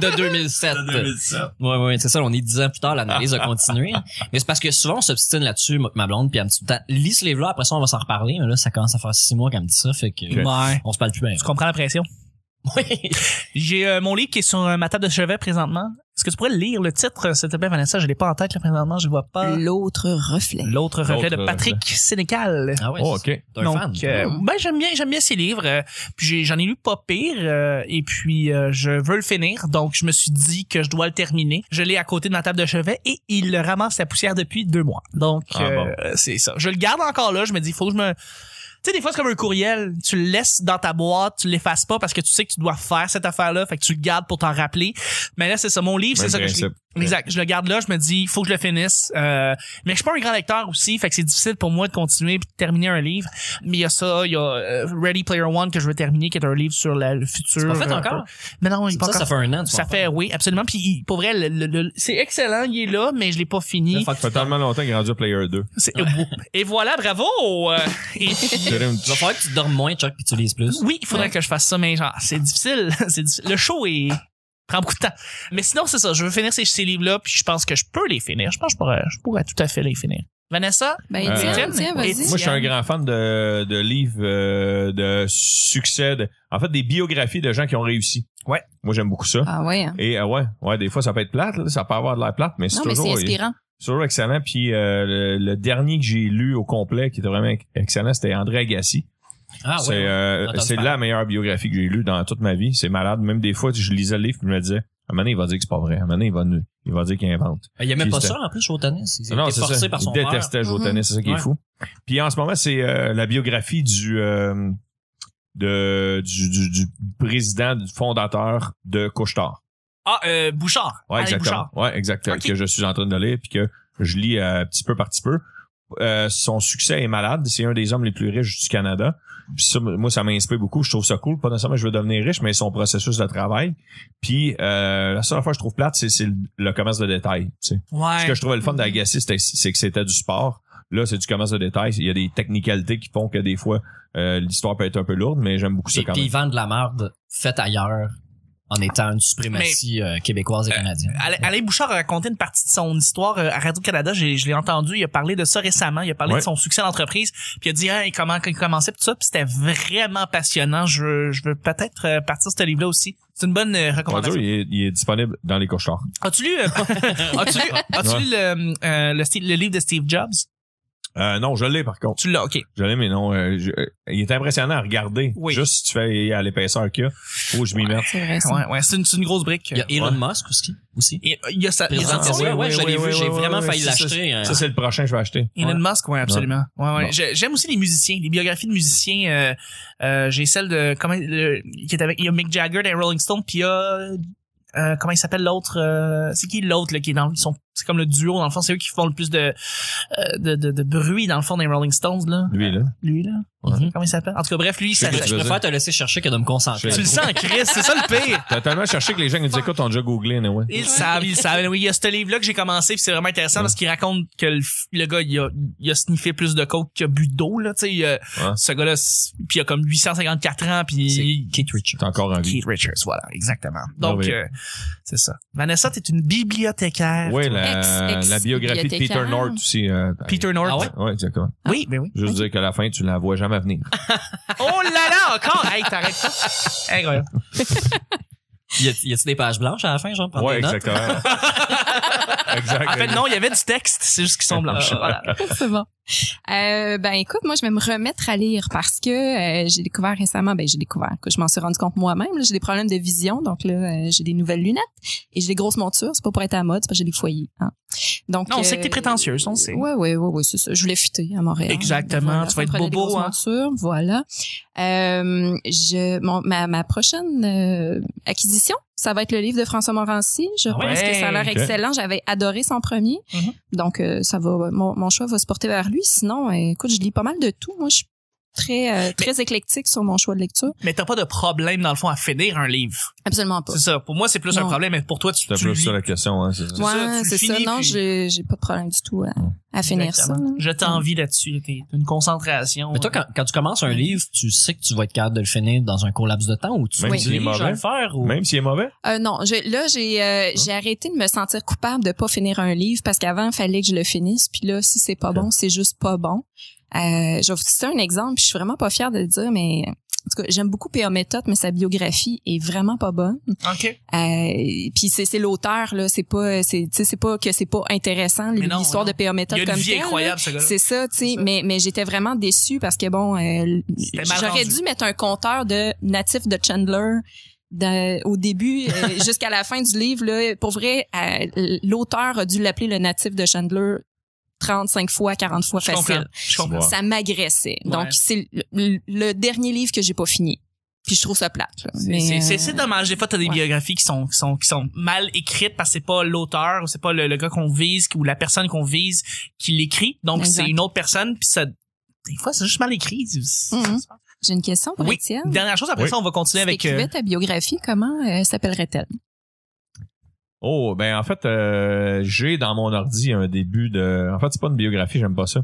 Speaker 4: de 2007.
Speaker 2: de 2007.
Speaker 4: Ouais, ouais, c'est ça. On est dix ans plus tard, l'analyse a continué. Mais c'est parce que souvent, on s'obstine là-dessus, moi, ma blonde, puis elle me dit tout le temps, lis ce livre-là, après ça, on va s'en reparler. Mais là, ça commence à faire six mois qu'elle me dit ça, fait que,
Speaker 2: Ok.
Speaker 1: Ouais.
Speaker 4: on se parle plus
Speaker 1: <laughs>
Speaker 4: bien.
Speaker 1: Tu comprends la pression?
Speaker 4: Oui.
Speaker 1: J'ai euh, mon livre qui est sur euh, ma table de chevet présentement. Est-ce que tu pourrais lire le titre, euh, s'il te plaît, Vanessa? Je l'ai pas en tête, là, présentement. Je vois pas.
Speaker 3: L'autre reflet.
Speaker 1: L'autre reflet de
Speaker 2: L'autre
Speaker 1: Patrick Sénécal.
Speaker 4: Ah ouais.
Speaker 2: Oh,
Speaker 4: c'est-
Speaker 2: ok.
Speaker 4: T'es un
Speaker 1: Donc,
Speaker 4: fan.
Speaker 1: euh, ben j'aime bien, j'aime bien ses livres. euh, puis j'ai- j'en ai lu pas pire. euh, et puis euh, je veux le finir, donc je me suis dit que je dois le terminer. Je l'ai à côté de ma table de chevet et il le ramasse la poussière depuis deux mois. Donc
Speaker 2: Ah,
Speaker 1: euh,
Speaker 2: bon.
Speaker 1: euh, c'est ça. Je le garde encore là. Je me dis, faut que je me tu sais, des fois, c'est comme un courriel. Tu le laisses dans ta boîte, tu l'effaces pas parce que tu sais que tu dois faire cette affaire-là, fait que tu le gardes pour t'en rappeler. Mais là, c'est ça, mon livre, c'est
Speaker 2: Même
Speaker 1: ça que je,
Speaker 2: principe.
Speaker 1: Exact. Je le garde là, je me dis, il faut que je le finisse. Euh, mais je suis pas un grand lecteur aussi, fait que c'est difficile pour moi de continuer et de terminer un livre. Mais il y a ça, il y a euh, Ready Player One que je veux terminer, qui est un livre sur la, le futur.
Speaker 4: C'est pas fait
Speaker 1: euh,
Speaker 4: encore?
Speaker 1: Mais non, il est
Speaker 4: C'est
Speaker 1: pas
Speaker 4: ça,
Speaker 1: encore.
Speaker 4: ça fait un an, tu
Speaker 1: Ça fait, oui, absolument. Puis il- pour vrai, le- le- le- c'est excellent, il est là, mais je l'ai pas fini.
Speaker 4: <laughs>
Speaker 2: Ça fait tellement longtemps qu'il est rendu à Player 2.
Speaker 1: C'est- Et voilà, bravo! Euh, Et puis,
Speaker 2: Jérémy,
Speaker 4: Il va falloir que tu dormes moins, Chuck, puis tu
Speaker 1: <laughs>
Speaker 4: lises plus.
Speaker 1: Oui, il faudrait que je fasse ça, mais genre, c'est difficile. <laughs> c'est difficile. Le show est prend beaucoup de temps. Mais sinon, c'est ça. Je veux finir ces, ces livres-là, puis je pense que je peux les finir. Je pense que je pourrais, je pourrais tout à fait les finir. Vanessa?
Speaker 3: Ben,
Speaker 2: Euh,
Speaker 3: tiens,
Speaker 1: Étienne,
Speaker 3: tiens, vas-y.
Speaker 2: Moi, je suis un grand fan de, de livres euh, de succès, de- en fait, des biographies de gens qui ont réussi.
Speaker 1: Ouais.
Speaker 2: Moi, j'aime beaucoup ça.
Speaker 3: Ah ouais. hein.
Speaker 2: Et euh, ouais, ouais, des fois, ça peut être plate, là, ça peut avoir de l'air plate, mais c'est
Speaker 3: Non, mais c'est
Speaker 2: toujours, il-
Speaker 3: inspirant.
Speaker 2: c'est toujours excellent. Puis euh, le, le dernier que j'ai lu au complet, qui était vraiment ex- excellent, c'était André Agassi.
Speaker 4: Ah
Speaker 2: c'est
Speaker 4: ouais.
Speaker 2: euh,
Speaker 4: Entendu
Speaker 2: c'est
Speaker 4: parler.
Speaker 2: la meilleure biographie que j'ai lue dans toute ma vie. C'est malade. Même des fois, je lisais le livre puis je me disais, à un moment donné, il va dire que c'est pas vrai. À un moment donné, il va, nous- il va dire qu'il invente.
Speaker 4: Il aimait
Speaker 2: Puis
Speaker 4: pas
Speaker 2: c'était-
Speaker 4: ça, en plus, au tennis. Il
Speaker 2: Non,
Speaker 4: était
Speaker 2: c'est
Speaker 4: forcé
Speaker 2: ça.
Speaker 4: par
Speaker 2: Il
Speaker 4: son Mm-hmm. père.
Speaker 2: détestait jouer au
Speaker 3: Mhm.
Speaker 2: tennis, c'est ça qui
Speaker 4: Ouais.
Speaker 2: est fou. Puis en ce moment, c'est euh, la biographie du, euh, de, du, du, du président, du fondateur de Couchetard.
Speaker 1: Ah, euh, Bouchard.
Speaker 2: Ouais,
Speaker 1: Alain
Speaker 2: exactement.
Speaker 1: Bouchard.
Speaker 2: Ouais, exact.
Speaker 1: Ok.
Speaker 2: Que je suis en train de lire puis que je lis euh, petit peu par petit peu. Euh, son succès est malade. C'est un des hommes les plus riches du Canada. Puis ça, moi, ça m'inspire beaucoup. Je trouve ça cool. Pas nécessairement que je veux devenir riche, mais son processus de travail. Puis euh, la seule fois que je trouve plate, c'est c'est le, le commerce de détail. tu sais. Ce
Speaker 1: Ouais.
Speaker 2: que je trouvais le fun d'Agassi, c'était- c'est que c'était du sport. Là, c'est du commerce de détail. Il y a des technicalités qui font que des fois, euh, l'histoire peut être un peu lourde, mais j'aime beaucoup ça
Speaker 4: Puis,
Speaker 2: quand
Speaker 4: puis
Speaker 2: même.
Speaker 4: ils vendent de la merde faite ailleurs en étant une suprématie euh, québécoise et canadienne.
Speaker 1: Alain, Alain Bouchard a raconté une partie de son histoire euh, à Radio-Canada. J'ai- Je l'ai entendu. Il a parlé de ça récemment. Il a parlé
Speaker 2: Ouais.
Speaker 1: de son succès d'entreprise. Puis il a dit hein, comment il commençait puis tout ça. Puis c'était vraiment passionnant. Je, veux- je veux peut-être euh, partir de ce livre-là aussi. C'est une bonne euh,
Speaker 2: Mon Dieu,
Speaker 1: recommandation.
Speaker 2: il est, il est disponible dans les cochards.
Speaker 1: As-tu lu, euh, <laughs> as-tu lu, as-tu
Speaker 2: Ouais.
Speaker 1: lu le, euh, le, Steve- le livre de Steve Jobs?
Speaker 2: Euh, non, je l'ai par contre.
Speaker 1: Tu l'as, ok.
Speaker 2: Je l'ai, mais non. euh, je- euh, il est impressionnant à regarder.
Speaker 1: Oui.
Speaker 2: Juste si tu fais à l'épaisseur qu'il y a, faut que je m'y mette.
Speaker 3: C'est vrai, ça.
Speaker 1: Ouais, ouais, c'est une, c'est une grosse brique.
Speaker 4: Il y a Elon Musk aussi. aussi.
Speaker 1: Et- euh, Il y a sa, il y a sa-
Speaker 4: Présent-
Speaker 2: Ah,
Speaker 4: ouais,
Speaker 2: oui,
Speaker 4: ouais,
Speaker 2: oui,
Speaker 4: je l'ai
Speaker 2: oui,
Speaker 4: vu,
Speaker 2: oui,
Speaker 4: j'ai
Speaker 2: oui,
Speaker 4: vraiment
Speaker 2: oui,
Speaker 4: failli
Speaker 2: ça,
Speaker 4: l'acheter. euh,
Speaker 2: Ça, c'est le prochain que je vais acheter.
Speaker 1: Elon Musk, ouais, absolument. Ouais, ouais.
Speaker 2: Non.
Speaker 1: J'ai- J'aime aussi les musiciens, les biographies de musiciens. Euh, euh, j'ai celle de comment le- qui est avec il y a Mick Jagger dans les Rolling Stone, puis il y a euh, comment il s'appelle l'autre euh, C'est qui l'autre là qui est dans ils sont c'est comme le duo dans le fond, c'est eux qui font le plus de euh, de, de, de bruit dans le fond des Rolling Stones là.
Speaker 2: Lui, là.
Speaker 1: Lui là,
Speaker 2: Ouais.
Speaker 1: Mhm. comment il s'appelle En tout cas bref, lui ça,
Speaker 2: sais
Speaker 4: je,
Speaker 2: que
Speaker 4: je
Speaker 2: veux
Speaker 4: préfère te laisser chercher que de me concentrer.
Speaker 1: tu le sens Chris, c'est ça le pire.
Speaker 2: T'as tellement cherché que les gens qui nous écoutent ont déjà googlé, ouais.
Speaker 1: Ils le savent, ils le savent. Anyway, il y a ce livre-là que j'ai commencé, puis c'est vraiment intéressant
Speaker 2: Ouais.
Speaker 1: parce qu'il raconte que le, f- le gars, il a, il a sniffé plus de coke qu'il a bu d'eau, là, tu sais. il a- Ce gars-là, c- puis il a comme 854 ans, puis
Speaker 4: C'est
Speaker 1: il-
Speaker 4: Keith Richards.
Speaker 2: T'es encore en vie.
Speaker 1: Keith Richards, voilà, exactement.
Speaker 2: Ah
Speaker 1: Donc,
Speaker 2: Merveilleux.
Speaker 1: euh, c'est ça. Vanessa, t'es une bibliothécaire.
Speaker 2: Oui, la,
Speaker 3: Ex-
Speaker 2: la biographie de Peter
Speaker 3: ex-bibliothécaire.
Speaker 2: North aussi. euh,
Speaker 1: Peter North.
Speaker 4: Ah ouais?
Speaker 2: Ouais, exactement.
Speaker 1: Oui, ben oui.
Speaker 2: Juste dire qu'à la fin, tu la vois jamais venir.
Speaker 1: Oh là là, encore! Hey, t'arrêtes ça. Incroyable.
Speaker 4: Y a- y a-tu des pages blanches à la fin, genre, pour prendre des notes?
Speaker 2: exactement.
Speaker 1: <laughs>
Speaker 2: exact.
Speaker 1: En fait, non, il y avait du texte, c'est juste qu'ils sont blanches. Ah, Voilà.
Speaker 3: C'est bon. Euh, ben écoute, moi je vais me remettre à lire parce que euh, j'ai découvert récemment, ben j'ai découvert, que je m'en suis rendu compte moi-même, là, j'ai des problèmes de vision, donc là euh, j'ai des nouvelles lunettes et j'ai des grosses montures, c'est pas pour être à la mode, c'est parce que j'ai des foyers. hein. Donc euh,
Speaker 1: Non, on sait que t'es prétentieuse, on sait.
Speaker 3: Ouais ouais ouais ouais, c'est ça. Je voulais fuiter à Montréal.
Speaker 1: Exactement, tu vas
Speaker 3: ça me
Speaker 1: être
Speaker 3: prenait des
Speaker 1: bobo,
Speaker 3: grosses
Speaker 1: hein.
Speaker 3: montures, voilà. Euh, je mon- ma ma prochaine euh, acquisition, ça va être le livre de François Morancy. Je
Speaker 4: Ah ouais?
Speaker 3: pense que ça a l'air
Speaker 1: Ok. Mm-hmm.
Speaker 3: excellent, j'avais adoré son premier. Donc, euh, ça va, mon, mon choix va se porter vers lui. Sinon, euh, écoute, je lis pas mal de tout. Moi, je suis très, euh, très éclectique sur mon choix de lecture.
Speaker 1: Mais t'as pas de problème, dans le fond, à finir un livre.
Speaker 3: Absolument pas.
Speaker 1: C'est ça. Pour moi, c'est plus un
Speaker 3: Non.
Speaker 1: problème, mais pour toi, tu,
Speaker 2: C'était
Speaker 1: tu
Speaker 2: plus
Speaker 1: le
Speaker 2: ça
Speaker 1: vis.
Speaker 2: la question, hein, c'est ça.
Speaker 1: c'est ça,
Speaker 3: Moi,
Speaker 1: tu
Speaker 3: c'est ça.
Speaker 1: finis,
Speaker 3: Non,
Speaker 1: puis- Mm.
Speaker 3: j'ai j'ai pas de problème du tout à, à finir ça.
Speaker 1: Exactement.
Speaker 3: là.
Speaker 1: Je t'envie là-dessus. T'es t'as une concentration.
Speaker 4: Mais toi, quand, quand tu commences un livre, tu sais que tu vas être capable de le finir dans un court laps de temps ou tu
Speaker 2: Même
Speaker 4: vas
Speaker 2: s'il est mauvais.
Speaker 4: le faire ou...
Speaker 2: Même s'il est mauvais?
Speaker 3: Euh, non, je- là, j'ai euh,
Speaker 1: Ah.
Speaker 3: j'ai arrêté de me sentir coupable de pas finir un livre parce qu'avant, il fallait que je le finisse. Puis là, si c'est pas bon, c'est juste pas bon. Euh, je vais vous citer un exemple, puis je suis vraiment pas fière de le dire, mais en tout cas, j'aime beaucoup P.A. Méthode, mais sa biographie est vraiment pas bonne.
Speaker 1: OK.
Speaker 3: Euh, puis c'est c'est l'auteur là, c'est pas c'est tu sais, c'est pas que c'est pas intéressant
Speaker 1: Mais non,
Speaker 3: l'histoire
Speaker 1: non.
Speaker 3: de P.A.
Speaker 1: Il y a
Speaker 3: Méthode
Speaker 1: une
Speaker 3: comme
Speaker 1: vie
Speaker 3: telle, là.
Speaker 1: incroyable, ce gars-là.
Speaker 3: C'est ça, tu
Speaker 1: C'est
Speaker 3: sais,
Speaker 1: ça.
Speaker 3: mais mais j'étais vraiment déçue parce que bon, euh,
Speaker 1: C'était mal
Speaker 3: j'aurais
Speaker 1: rendu.
Speaker 3: dû mettre un compteur de natif de Chandler. dans- au début
Speaker 1: <laughs>
Speaker 3: euh, jusqu'à la fin du livre là, pour vrai euh, l'auteur a dû l'appeler le natif de Chandler 35 fois 40 fois
Speaker 1: Je comprends.
Speaker 3: facile
Speaker 1: Je comprends.
Speaker 2: Wow.
Speaker 3: ça m'agressait
Speaker 1: Ouais.
Speaker 3: donc c'est le, le dernier livre que j'ai pas fini puis je trouve ça plate là.
Speaker 1: C'est-
Speaker 3: Mais,
Speaker 1: C'est c'est-
Speaker 3: euh,
Speaker 1: c'est dommage. Des fois, t'as des
Speaker 3: ouais.
Speaker 1: biographies qui sont, qui sont, qui sont mal écrites parce que c'est pas l'auteur ou c'est pas le, le gars qu'on vise ou la personne qu'on vise qui l'écrit. Donc,
Speaker 3: Exact.
Speaker 1: c'est une autre personne puis ça, des fois, c'est juste mal écrit. C'est-
Speaker 3: Mhm. j'ai une question pour
Speaker 1: Oui.
Speaker 3: Étienne
Speaker 1: Dernière chose, après
Speaker 2: Oui.
Speaker 1: ça, on va continuer
Speaker 3: Si
Speaker 1: avec,
Speaker 3: t'écrivais
Speaker 1: euh,
Speaker 3: ta biographie, comment euh, s'appellerait-elle?
Speaker 2: Oh, ben en fait, euh, j'ai dans mon ordi un début de... En fait, c'est pas une biographie, j'aime pas ça.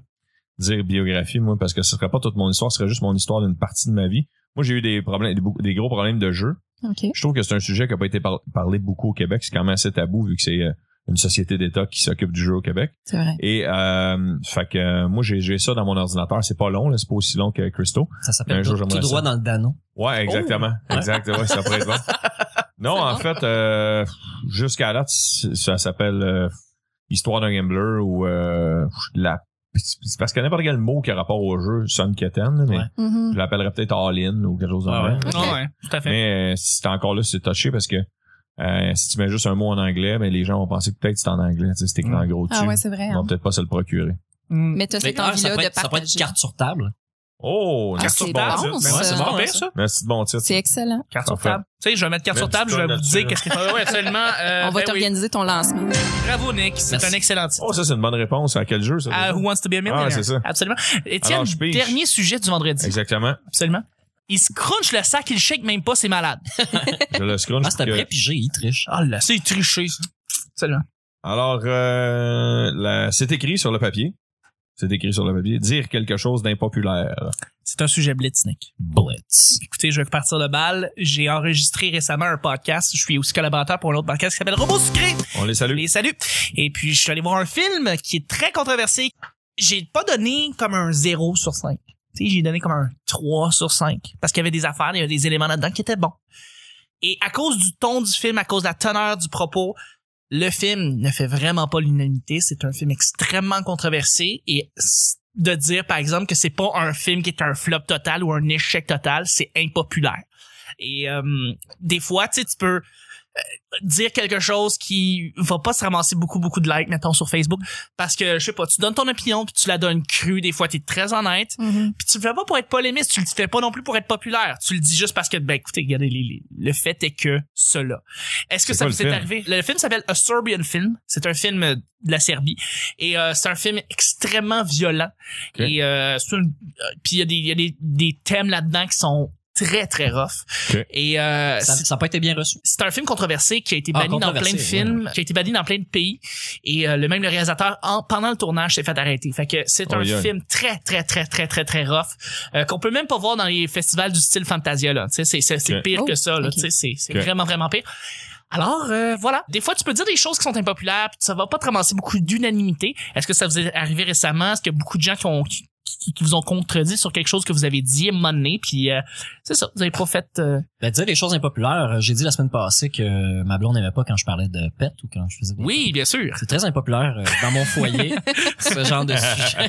Speaker 2: dire biographie, moi, parce que ce serait pas toute mon histoire, ce serait juste mon histoire d'une partie de ma vie. Moi, j'ai eu des problèmes, des, bou- des gros problèmes de jeu.
Speaker 3: OK.
Speaker 2: Je trouve que c'est un sujet qui n'a pas été par- parlé beaucoup au Québec. C'est quand même assez tabou vu que c'est euh, une société d'État qui s'occupe du jeu au Québec.
Speaker 3: C'est vrai.
Speaker 2: Et euh, fait que euh, moi j'ai j'ai ça dans mon ordinateur. C'est pas long, là, c'est pas aussi long que Christo.
Speaker 4: Ça
Speaker 2: Un
Speaker 4: s'appelle
Speaker 2: jour,
Speaker 4: tout,
Speaker 2: j'aimerais
Speaker 4: Tout droit
Speaker 2: ça.
Speaker 4: dans le Danon.
Speaker 2: Ouais, exactement. Exact, Oh, ouais, ça pourrait être bon. <laughs> Non, en fait, euh, jusqu'à là, ça s'appelle euh, Histoire d'un gambler ou euh, la. C'est parce que n'importe quel mot qui a rapport au jeu sonne quétaine, là, mais
Speaker 4: Ouais.
Speaker 3: Mhm.
Speaker 2: je l'appellerais peut-être All-in ou quelque chose comme
Speaker 4: Ah
Speaker 2: ça.
Speaker 4: ouais.
Speaker 3: Ok.
Speaker 1: Ouais, ouais, tout à fait.
Speaker 2: Mais euh, si c'est encore là, c'est touché parce que euh, si tu mets juste un mot en anglais, ben, les gens vont penser que peut-être c'est en anglais. tu sais, C'est écrit en gros dessus.
Speaker 3: Ah ouais, c'est vrai.
Speaker 2: Ils
Speaker 3: hein.
Speaker 2: vont peut-être pas se le procurer.
Speaker 1: Mm.
Speaker 3: Mais t'as cette
Speaker 4: Ah, ça
Speaker 3: envie-là
Speaker 4: peut
Speaker 3: de
Speaker 4: être- ça peut être
Speaker 3: partager.
Speaker 4: carte sur table.
Speaker 2: Oh,
Speaker 3: Ah,
Speaker 2: merci
Speaker 3: c'est
Speaker 2: de bon
Speaker 3: bon,
Speaker 2: titre.
Speaker 3: ça.
Speaker 2: Merci de
Speaker 1: C'est
Speaker 2: bon
Speaker 1: pas
Speaker 4: Ouais,
Speaker 1: pire,
Speaker 4: ça.
Speaker 1: ça?
Speaker 2: Merci de bon titre.
Speaker 3: C'est excellent.
Speaker 1: Carte sur
Speaker 2: Parfait.
Speaker 1: table. Tu sais, je vais mettre carte
Speaker 2: Même
Speaker 1: sur table,
Speaker 2: si
Speaker 1: je vais
Speaker 2: toi,
Speaker 1: vous
Speaker 2: là-dessus,
Speaker 1: dire qu'est-ce que... Ouais, ouais,
Speaker 3: <laughs>
Speaker 1: absolument. Euh,
Speaker 3: On va
Speaker 1: ben oui.
Speaker 3: t'organiser ton lancement.
Speaker 1: Bravo, Nick. C'est
Speaker 4: Merci.
Speaker 1: un excellent titre.
Speaker 2: Oh, ça, c'est une bonne réponse. À quel jeu, ça?
Speaker 1: À
Speaker 2: déjà?
Speaker 1: Who Wants to Be a Millionaire.
Speaker 2: Ah, c'est ça.
Speaker 1: Absolument. Étienne,
Speaker 2: Alors, je pige.
Speaker 1: dernier sujet du vendredi.
Speaker 2: Exactement.
Speaker 1: Absolument. Il se crunche le sac, il shake même pas, c'est malade.
Speaker 2: Je le scrunch.
Speaker 4: Ah, c'est un
Speaker 2: que-
Speaker 4: vrai pigé, il triche.
Speaker 1: Ah là, c'est triché, ça. Absolument.
Speaker 2: Alors, euh, la- c'est écrit sur le papier. C'est écrit sur le papier. Dire quelque chose d'impopulaire.
Speaker 1: C'est un sujet blitz, Nick.
Speaker 4: Blitz.
Speaker 1: Écoutez, je vais partir de balle. J'ai enregistré récemment un podcast. Je suis aussi collaborateur pour un autre podcast qui s'appelle Robot Sucré.
Speaker 2: On les salue.
Speaker 1: Les saluts. Et puis, je suis allé voir un film qui est très controversé. J'ai pas donné comme un 0 sur 5. Tu sais, j'ai donné comme un 3 sur 5. Parce qu'il y avait des affaires, il y avait des éléments là-dedans qui étaient bons. Et à cause du ton du film, à cause de la teneur du propos, le film ne fait vraiment pas l'unanimité. C'est un film extrêmement controversé et s- de dire, par exemple, que c'est pas un film qui est un flop total ou un échec total, c'est impopulaire. Et euh, des fois, tu sais, tu peux dire quelque chose qui va pas se ramasser beaucoup beaucoup de likes mettons sur Facebook parce que je sais pas tu donnes ton opinion puis tu la donnes crue des fois t'es très honnête
Speaker 3: Mhm.
Speaker 1: puis tu le fais pas pour être polémiste tu le fais pas non plus pour être populaire tu le dis juste parce que ben écoutez regardez les, les- le fait est que cela est-ce que
Speaker 2: C'est
Speaker 1: ça
Speaker 2: quoi
Speaker 1: vous
Speaker 2: le
Speaker 1: est
Speaker 2: film?
Speaker 1: arrivé le film s'appelle A Serbian Film c'est un film euh, de la Serbie et euh, c'est un film extrêmement violent
Speaker 2: Ok.
Speaker 1: et euh, c'est une- euh, puis il y a des il y a des, des thèmes là-dedans qui sont très très rough
Speaker 2: Ok.
Speaker 1: et euh,
Speaker 4: Ça
Speaker 1: c'est-
Speaker 4: n'a pas été bien reçu.
Speaker 1: c'est un film controversé qui a été
Speaker 4: Ah,
Speaker 1: banni dans plein
Speaker 4: controversé,
Speaker 1: de films, qui a été banni dans plein de pays. Et euh, le même le réalisateur, en, pendant le tournage, s'est fait arrêter. Fait que c'est un
Speaker 2: Aïe, aïe.
Speaker 1: film très, très, très, très, très, très rough, euh, qu'on peut même pas voir dans les festivals du style Fantasia. Là. Tu sais, C'est, c'est, c'est
Speaker 2: Ok.
Speaker 1: pire
Speaker 3: Oh,
Speaker 1: que ça. Là.
Speaker 3: ok.
Speaker 1: Tu sais, C'est, c'est
Speaker 2: Ok.
Speaker 1: vraiment, vraiment pire. Alors, euh, voilà. Des fois, tu peux dire des choses qui sont impopulaires, puis ça va pas te ramasser beaucoup d'unanimité. Est-ce que ça vous est arrivé récemment? Est-ce qu'il y a beaucoup de gens qui ont qui, qui- qui vous ont contredit sur quelque chose que vous avez dit à un moment donné, puis euh, c'est ça, vous avez pas fait... euh,
Speaker 4: Ben, dire des choses impopulaires, euh, j'ai dit la semaine passée que ma blonde n'aimait pas quand je parlais de pet ou quand je faisais des-
Speaker 1: Oui, bien sûr.
Speaker 4: C'est très impopulaire euh, dans
Speaker 2: <laughs>
Speaker 4: mon foyer, ce genre de sujet.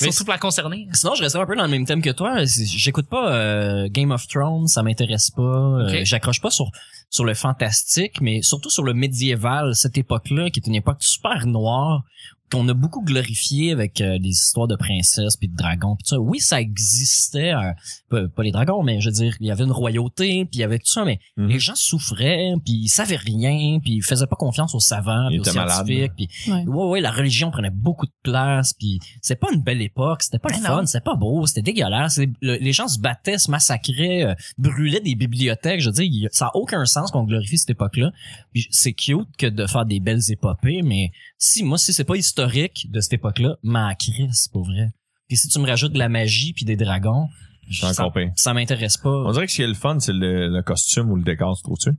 Speaker 4: Mais-
Speaker 1: Surtout pour la concerner.
Speaker 4: Sinon, je restais un peu dans le même thème que toi. J'écoute pas euh, Game of Thrones, ça m'intéresse pas. Euh,
Speaker 1: Ok.
Speaker 4: J'accroche pas sur sur le fantastique, mais surtout sur le médiéval, cette époque-là, qui est une époque super noire, qu'on a beaucoup glorifié avec euh, des histoires de princesses puis de dragons. Puis tout ça. Oui, ça existait, euh, pas, pas les dragons, mais je veux dire, il y avait une royauté, puis il y avait tout ça, mais
Speaker 2: Mhm.
Speaker 4: les gens souffraient, puis ils savaient rien, puis ils faisaient pas confiance aux savants,
Speaker 2: Ils
Speaker 4: puis aux
Speaker 2: étaient malades.
Speaker 4: scientifiques, puis
Speaker 3: Ouais.
Speaker 4: Ouais, ouais, la religion prenait beaucoup de place, puis c'était pas une belle époque, c'était pas le
Speaker 1: Mais non.
Speaker 4: fun, c'était pas beau, c'était dégueulasse. Les, le- les gens se battaient, se massacraient, euh, brûlaient des bibliothèques. Je veux dire, il y a- ça a aucun sens qu'on glorifie cette époque-là. Puis C'est cute que de faire des belles épopées, mais si moi si c'est pas historique de cette époque-là, ma crise, pour vrai. Puis si tu me rajoutes de la magie puis des dragons,
Speaker 2: Je suis
Speaker 4: ça,
Speaker 2: encore pire.
Speaker 4: ça m'intéresse pas.
Speaker 2: On dirait que ce qui est le fun, c'est le, le costume ou le décor, tu trouves-tu?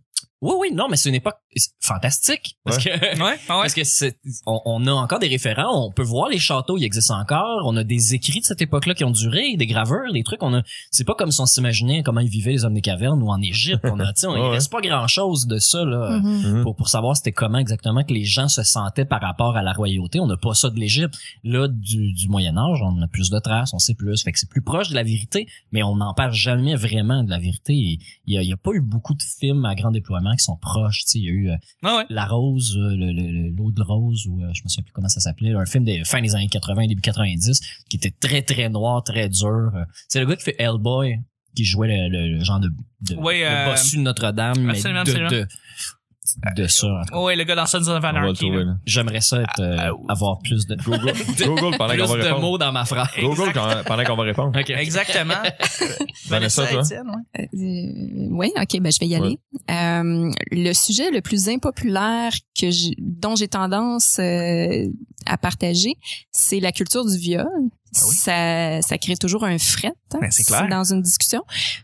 Speaker 4: Oui, oui, non, mais c'est une époque c'est fantastique parce que
Speaker 1: Ouais, ouais.
Speaker 4: Parce que c'est, on, on a encore des référents, on peut voir les châteaux, ils existent encore, on a des écrits de cette époque-là qui ont duré, des graveurs, des trucs, on a, c'est pas comme si on s'imaginait comment ils vivaient les hommes des cavernes ou en Égypte, on a, tu sais, on-
Speaker 2: Ouais.
Speaker 4: il reste pas grand-chose de ça, là.
Speaker 3: Mhm.
Speaker 4: Pour, pour savoir c'était comment exactement que les gens se sentaient par rapport à la royauté. On n'a pas ça de l'Égypte. Là, du, du Moyen-Âge, on a plus de traces, on sait plus. Fait que c'est plus proche de la vérité, mais on n'en parle jamais vraiment de la vérité. Il y a, il y a pas eu beaucoup de films à grand déploiement qui sont proches, tu sais. Il y a eu, euh,
Speaker 1: Ah ouais.
Speaker 4: la rose, euh, le- le- le- l'eau de rose, ou euh, je me souviens plus comment ça s'appelait, un film des fin des années 80, début 90, qui était très très noir, très dur. euh. C'est le gars qui fait Hellboy, qui jouait le, le- le genre de, de,
Speaker 1: Oui,
Speaker 4: de
Speaker 1: euh,
Speaker 4: bossu de Notre-Dame, mais de,
Speaker 1: absolument, absolument.
Speaker 4: de, de ça. en tout cas.
Speaker 1: Oh, Ouais, le gars dans Sons of
Speaker 2: On va le
Speaker 1: Anarchy.
Speaker 2: trouver,
Speaker 1: là.
Speaker 2: là.
Speaker 4: J'aimerais ça être, euh,
Speaker 1: Ah, ah, oui.
Speaker 4: avoir plus de,
Speaker 2: Google, Google pendant
Speaker 4: <laughs> plus
Speaker 2: qu'on va
Speaker 4: de
Speaker 2: répondre.
Speaker 4: mots dans ma phrase.
Speaker 2: Google quand- pendant qu'on va répondre.
Speaker 4: <laughs>
Speaker 1: <laughs>
Speaker 4: Ok.
Speaker 1: Exactement.
Speaker 2: Vanessa, toi?
Speaker 1: Étienne, ouais.
Speaker 3: Euh, oui, ok, ben je vais y aller. Euh, le sujet le plus impopulaire que j'ai- dont j'ai tendance euh, à partager, c'est la culture du viol.
Speaker 1: Ah oui.
Speaker 3: ça, ça crée toujours un fret hein,
Speaker 1: Ben, c'est clair.
Speaker 3: dans une discussion.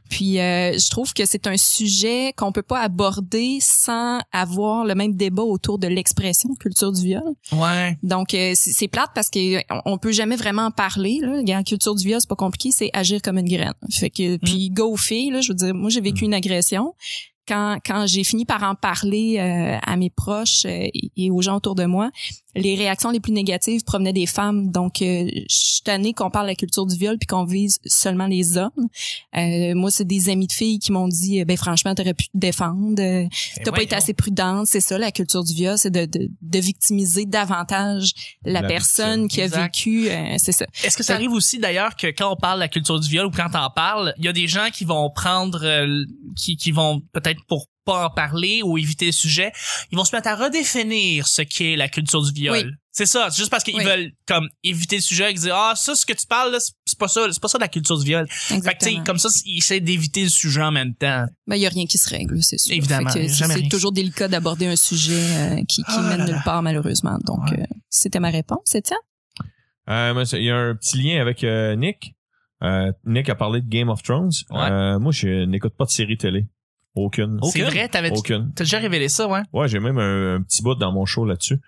Speaker 3: Puis euh, je trouve que c'est un sujet qu'on peut pas aborder sans avoir le même débat autour de l'expression culture du viol.
Speaker 1: Ouais.
Speaker 3: Donc euh, c'est c'est plate parce que on- on peut jamais vraiment en parler là, la culture du viol, c'est pas compliqué, c'est agir comme une graine. Fait que puis go aux filles là, je veux dire moi j'ai vécu une agression quand quand j'ai fini par en parler euh, à mes proches euh, et- et aux gens autour de moi, les réactions les plus négatives provenaient des femmes. Donc euh, je suis tannée qu'on parle de la culture du viol puis qu'on vise seulement les hommes. Euh, moi c'est des amis de filles qui m'ont dit euh, ben franchement t'aurais pu te défendre. euh,
Speaker 1: Eh Ben
Speaker 3: T'as pas été assez prudente, c'est ça la culture du viol, c'est de, de, de victimiser davantage la,
Speaker 2: La
Speaker 3: personne qui a
Speaker 1: Exact.
Speaker 3: vécu, euh, c'est ça.
Speaker 1: Est-ce que ça arrive aussi d'ailleurs que quand on parle de la culture du viol ou quand t'en parles, il y a des gens qui vont prendre, euh, l- qui, qui vont peut-être pour pas en parler ou éviter le sujet, ils vont se mettre à redéfinir ce qu'est la culture du viol.
Speaker 3: Oui.
Speaker 1: C'est ça, c'est juste parce qu'ils
Speaker 3: Oui.
Speaker 1: veulent comme éviter le sujet, ils disent ah ça ce que tu parles là, c'est- c'est pas ça, c'est pas ça la culture du viol. Fait que, tu sais,
Speaker 3: Exactement.
Speaker 1: comme ça, ils essaient d'éviter le sujet en même temps.
Speaker 3: Ben il y a rien qui se règle, c'est sûr.
Speaker 1: Évidemment,
Speaker 3: Fait que
Speaker 1: y a
Speaker 3: c'est
Speaker 1: jamais
Speaker 3: c'est
Speaker 1: rien.
Speaker 3: toujours délicat d'aborder un sujet euh, qui, qui
Speaker 1: Ah là
Speaker 3: mène
Speaker 1: là.
Speaker 3: nulle part malheureusement. Donc
Speaker 1: Ouais.
Speaker 3: euh, c'était ma réponse, c'est ça
Speaker 2: Euh, moi, c'est- Il y a un petit lien avec euh, Nick. Euh, Nick a parlé de Game of Thrones.
Speaker 4: Ouais. Oh,
Speaker 2: Euh, moi, je n'écoute pas de série télé. Aucune.
Speaker 1: C'est vrai, t'avais,
Speaker 2: Aucune.
Speaker 1: t'as déjà révélé ça, ouais.
Speaker 2: Ouais, j'ai même un, un petit bout dans mon show là-dessus.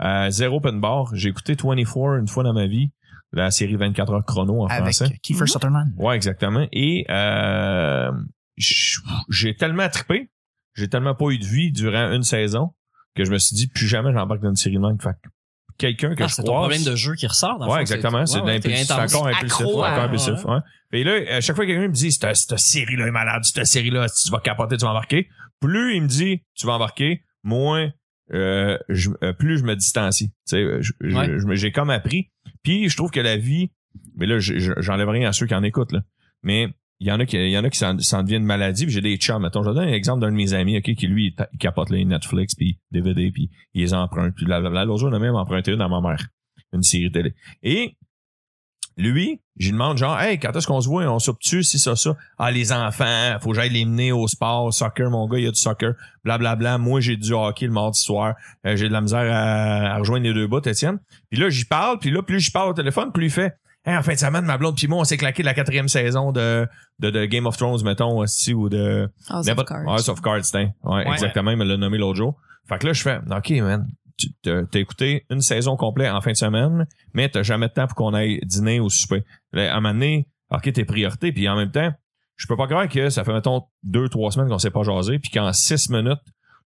Speaker 2: Euh, Zero Open Bar. J'ai écouté 24 une fois dans ma vie. La série 24 heures chrono en
Speaker 1: Avec
Speaker 2: français.
Speaker 1: Kiefer Sutherland.
Speaker 2: Ouais, exactement. Et euh, j- j'ai tellement trippé, j'ai tellement pas eu de vie durant une saison que je me suis dit plus jamais j'embarque dans une série de même. Fait que quelqu'un que
Speaker 4: Ah,
Speaker 2: je
Speaker 4: c'est
Speaker 2: croise.
Speaker 4: ton problème de jeu qui ressort. Dans le
Speaker 2: ouais,
Speaker 4: fond,
Speaker 2: exactement. C'est
Speaker 4: ouais,
Speaker 2: de
Speaker 4: ouais,
Speaker 2: l'impulsif.
Speaker 4: t'es
Speaker 2: C'est
Speaker 4: intense.
Speaker 2: encore impulsif.
Speaker 1: Accro,
Speaker 2: ouais,
Speaker 1: ouais,
Speaker 2: encore impulsif.
Speaker 4: ouais.
Speaker 2: Ouais. Et là, à chaque fois que quelqu'un me dit cette cette série-là est malade, cette série-là, tu vas capoter, tu vas embarquer. Plus il me dit tu vas embarquer, moins euh, je- euh, plus je me distancie. Tu sais, euh, je- je-
Speaker 4: Ouais.
Speaker 2: je me- j'ai comme appris. Puis je trouve que la vie, mais là, je- je- j'enlève rien à ceux qui en écoutent, là. Mais il y en a qui, il y en a qui s'en, s'en deviennent maladies. Puis j'ai des chums. Mettons, je donne un exemple d'un de mes amis, ok, qui lui, il, ta- il capote les Netflix, puis DVD, puis il les emprunte, puis blablabla. L'autre jour, on a même emprunté une à ma mère, une série télé. Et lui, je lui demande genre, hey, quand est-ce qu'on se voit, on soupe dessus, si ça, ça. Ah, les enfants, faut que j'aille les mener au sport, soccer, mon gars, il y a du soccer, blablabla. Moi, j'ai du hockey le mardi soir. Euh, j'ai de la misère à, à rejoindre les deux bouts, Étienne. Puis là, j'y parle, puis là, plus j'y parle au téléphone, plus il fait, Hey, en fin de semaine, ma blonde puis moi, on s'est claqué de la quatrième saison de, de, de Game of Thrones, mettons, aussi, ou de...
Speaker 3: House of
Speaker 1: Ben,
Speaker 2: n'importe-
Speaker 3: Cards.
Speaker 2: House of Cards, tiens. Ouais,
Speaker 1: Ouais.
Speaker 2: exactement, il me l'a nommé l'autre jour. Fait que là, je fais, OK, man, tu t'as t'as écouté une saison complète en fin de semaine, mais t'as jamais de temps pour qu'on aille dîner ou souper. Là, à un moment donné, OK, tes priorités, puis en même temps, je peux pas croire que ça fait, mettons, deux, trois semaines qu'on s'est pas jasé, puis qu'en six minutes,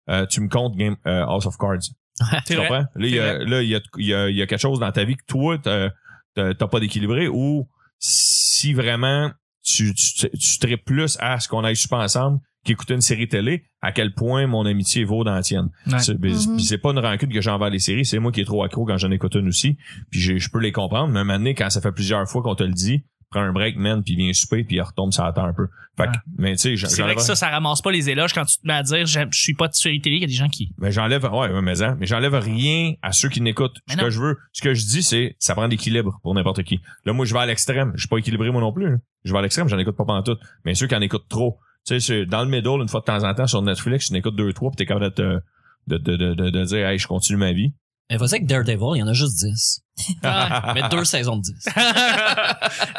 Speaker 2: euh, tu me comptes Game, euh, House of Cards.
Speaker 1: <laughs> C'est
Speaker 2: Tu
Speaker 1: vrai.
Speaker 2: comprends? Là, il y a, là, il y a, il y a- il y a quelque chose dans ta vie que toi, t'as t'as- t'as pas d'équilibré ou si vraiment tu, tu, tu tripes plus à ce qu'on aille super ensemble qu'écouter une série télé, à quel point mon amitié vaut dans la tienne.
Speaker 1: Ouais.
Speaker 2: C'est puis-
Speaker 3: Mhm.
Speaker 2: puis c'est pas une rancune que j'ai envers les séries, c'est moi qui est trop accro quand j'en écoute une aussi, puis j'ai- je peux les comprendre, mais maintenant, quand ça fait plusieurs fois qu'on te le dit, prends un break, man, puis viens souper, puis retombe ça attend un peu. Fait que,
Speaker 1: Ouais.
Speaker 2: mais tu sais, j'en-
Speaker 1: C'est vrai
Speaker 2: j'enlève-
Speaker 1: que ça, ça ramasse pas les éloges quand tu te mets à dire j'aime- je suis pas de série télé, il y a des gens qui.
Speaker 2: Mais Ben, j'enlève, ouais, ouais, mais, hein, mais j'enlève rien à ceux qui n'écoutent.
Speaker 1: Mais
Speaker 2: Ce
Speaker 1: non.
Speaker 2: que je veux, ce que je dis, c'est, ça prend de l'équilibre pour n'importe qui. Là, moi, je vais à l'extrême. Je suis pas équilibré, moi non plus. hein. Je vais à l'extrême, j'en écoute pas pantoute. Mais ceux qui en écoutent trop. Tu sais, c'est dans le middle, une fois de temps en temps, sur Netflix, tu n'écoutes deux, trois, pis t'es capable de, te- de, de, de, de, de dire, hey, je continue ma vie.
Speaker 4: Mais vas-y avec Daredevil, il y en a juste 10.
Speaker 1: Ah. <laughs>
Speaker 4: Mais deux saisons de 10.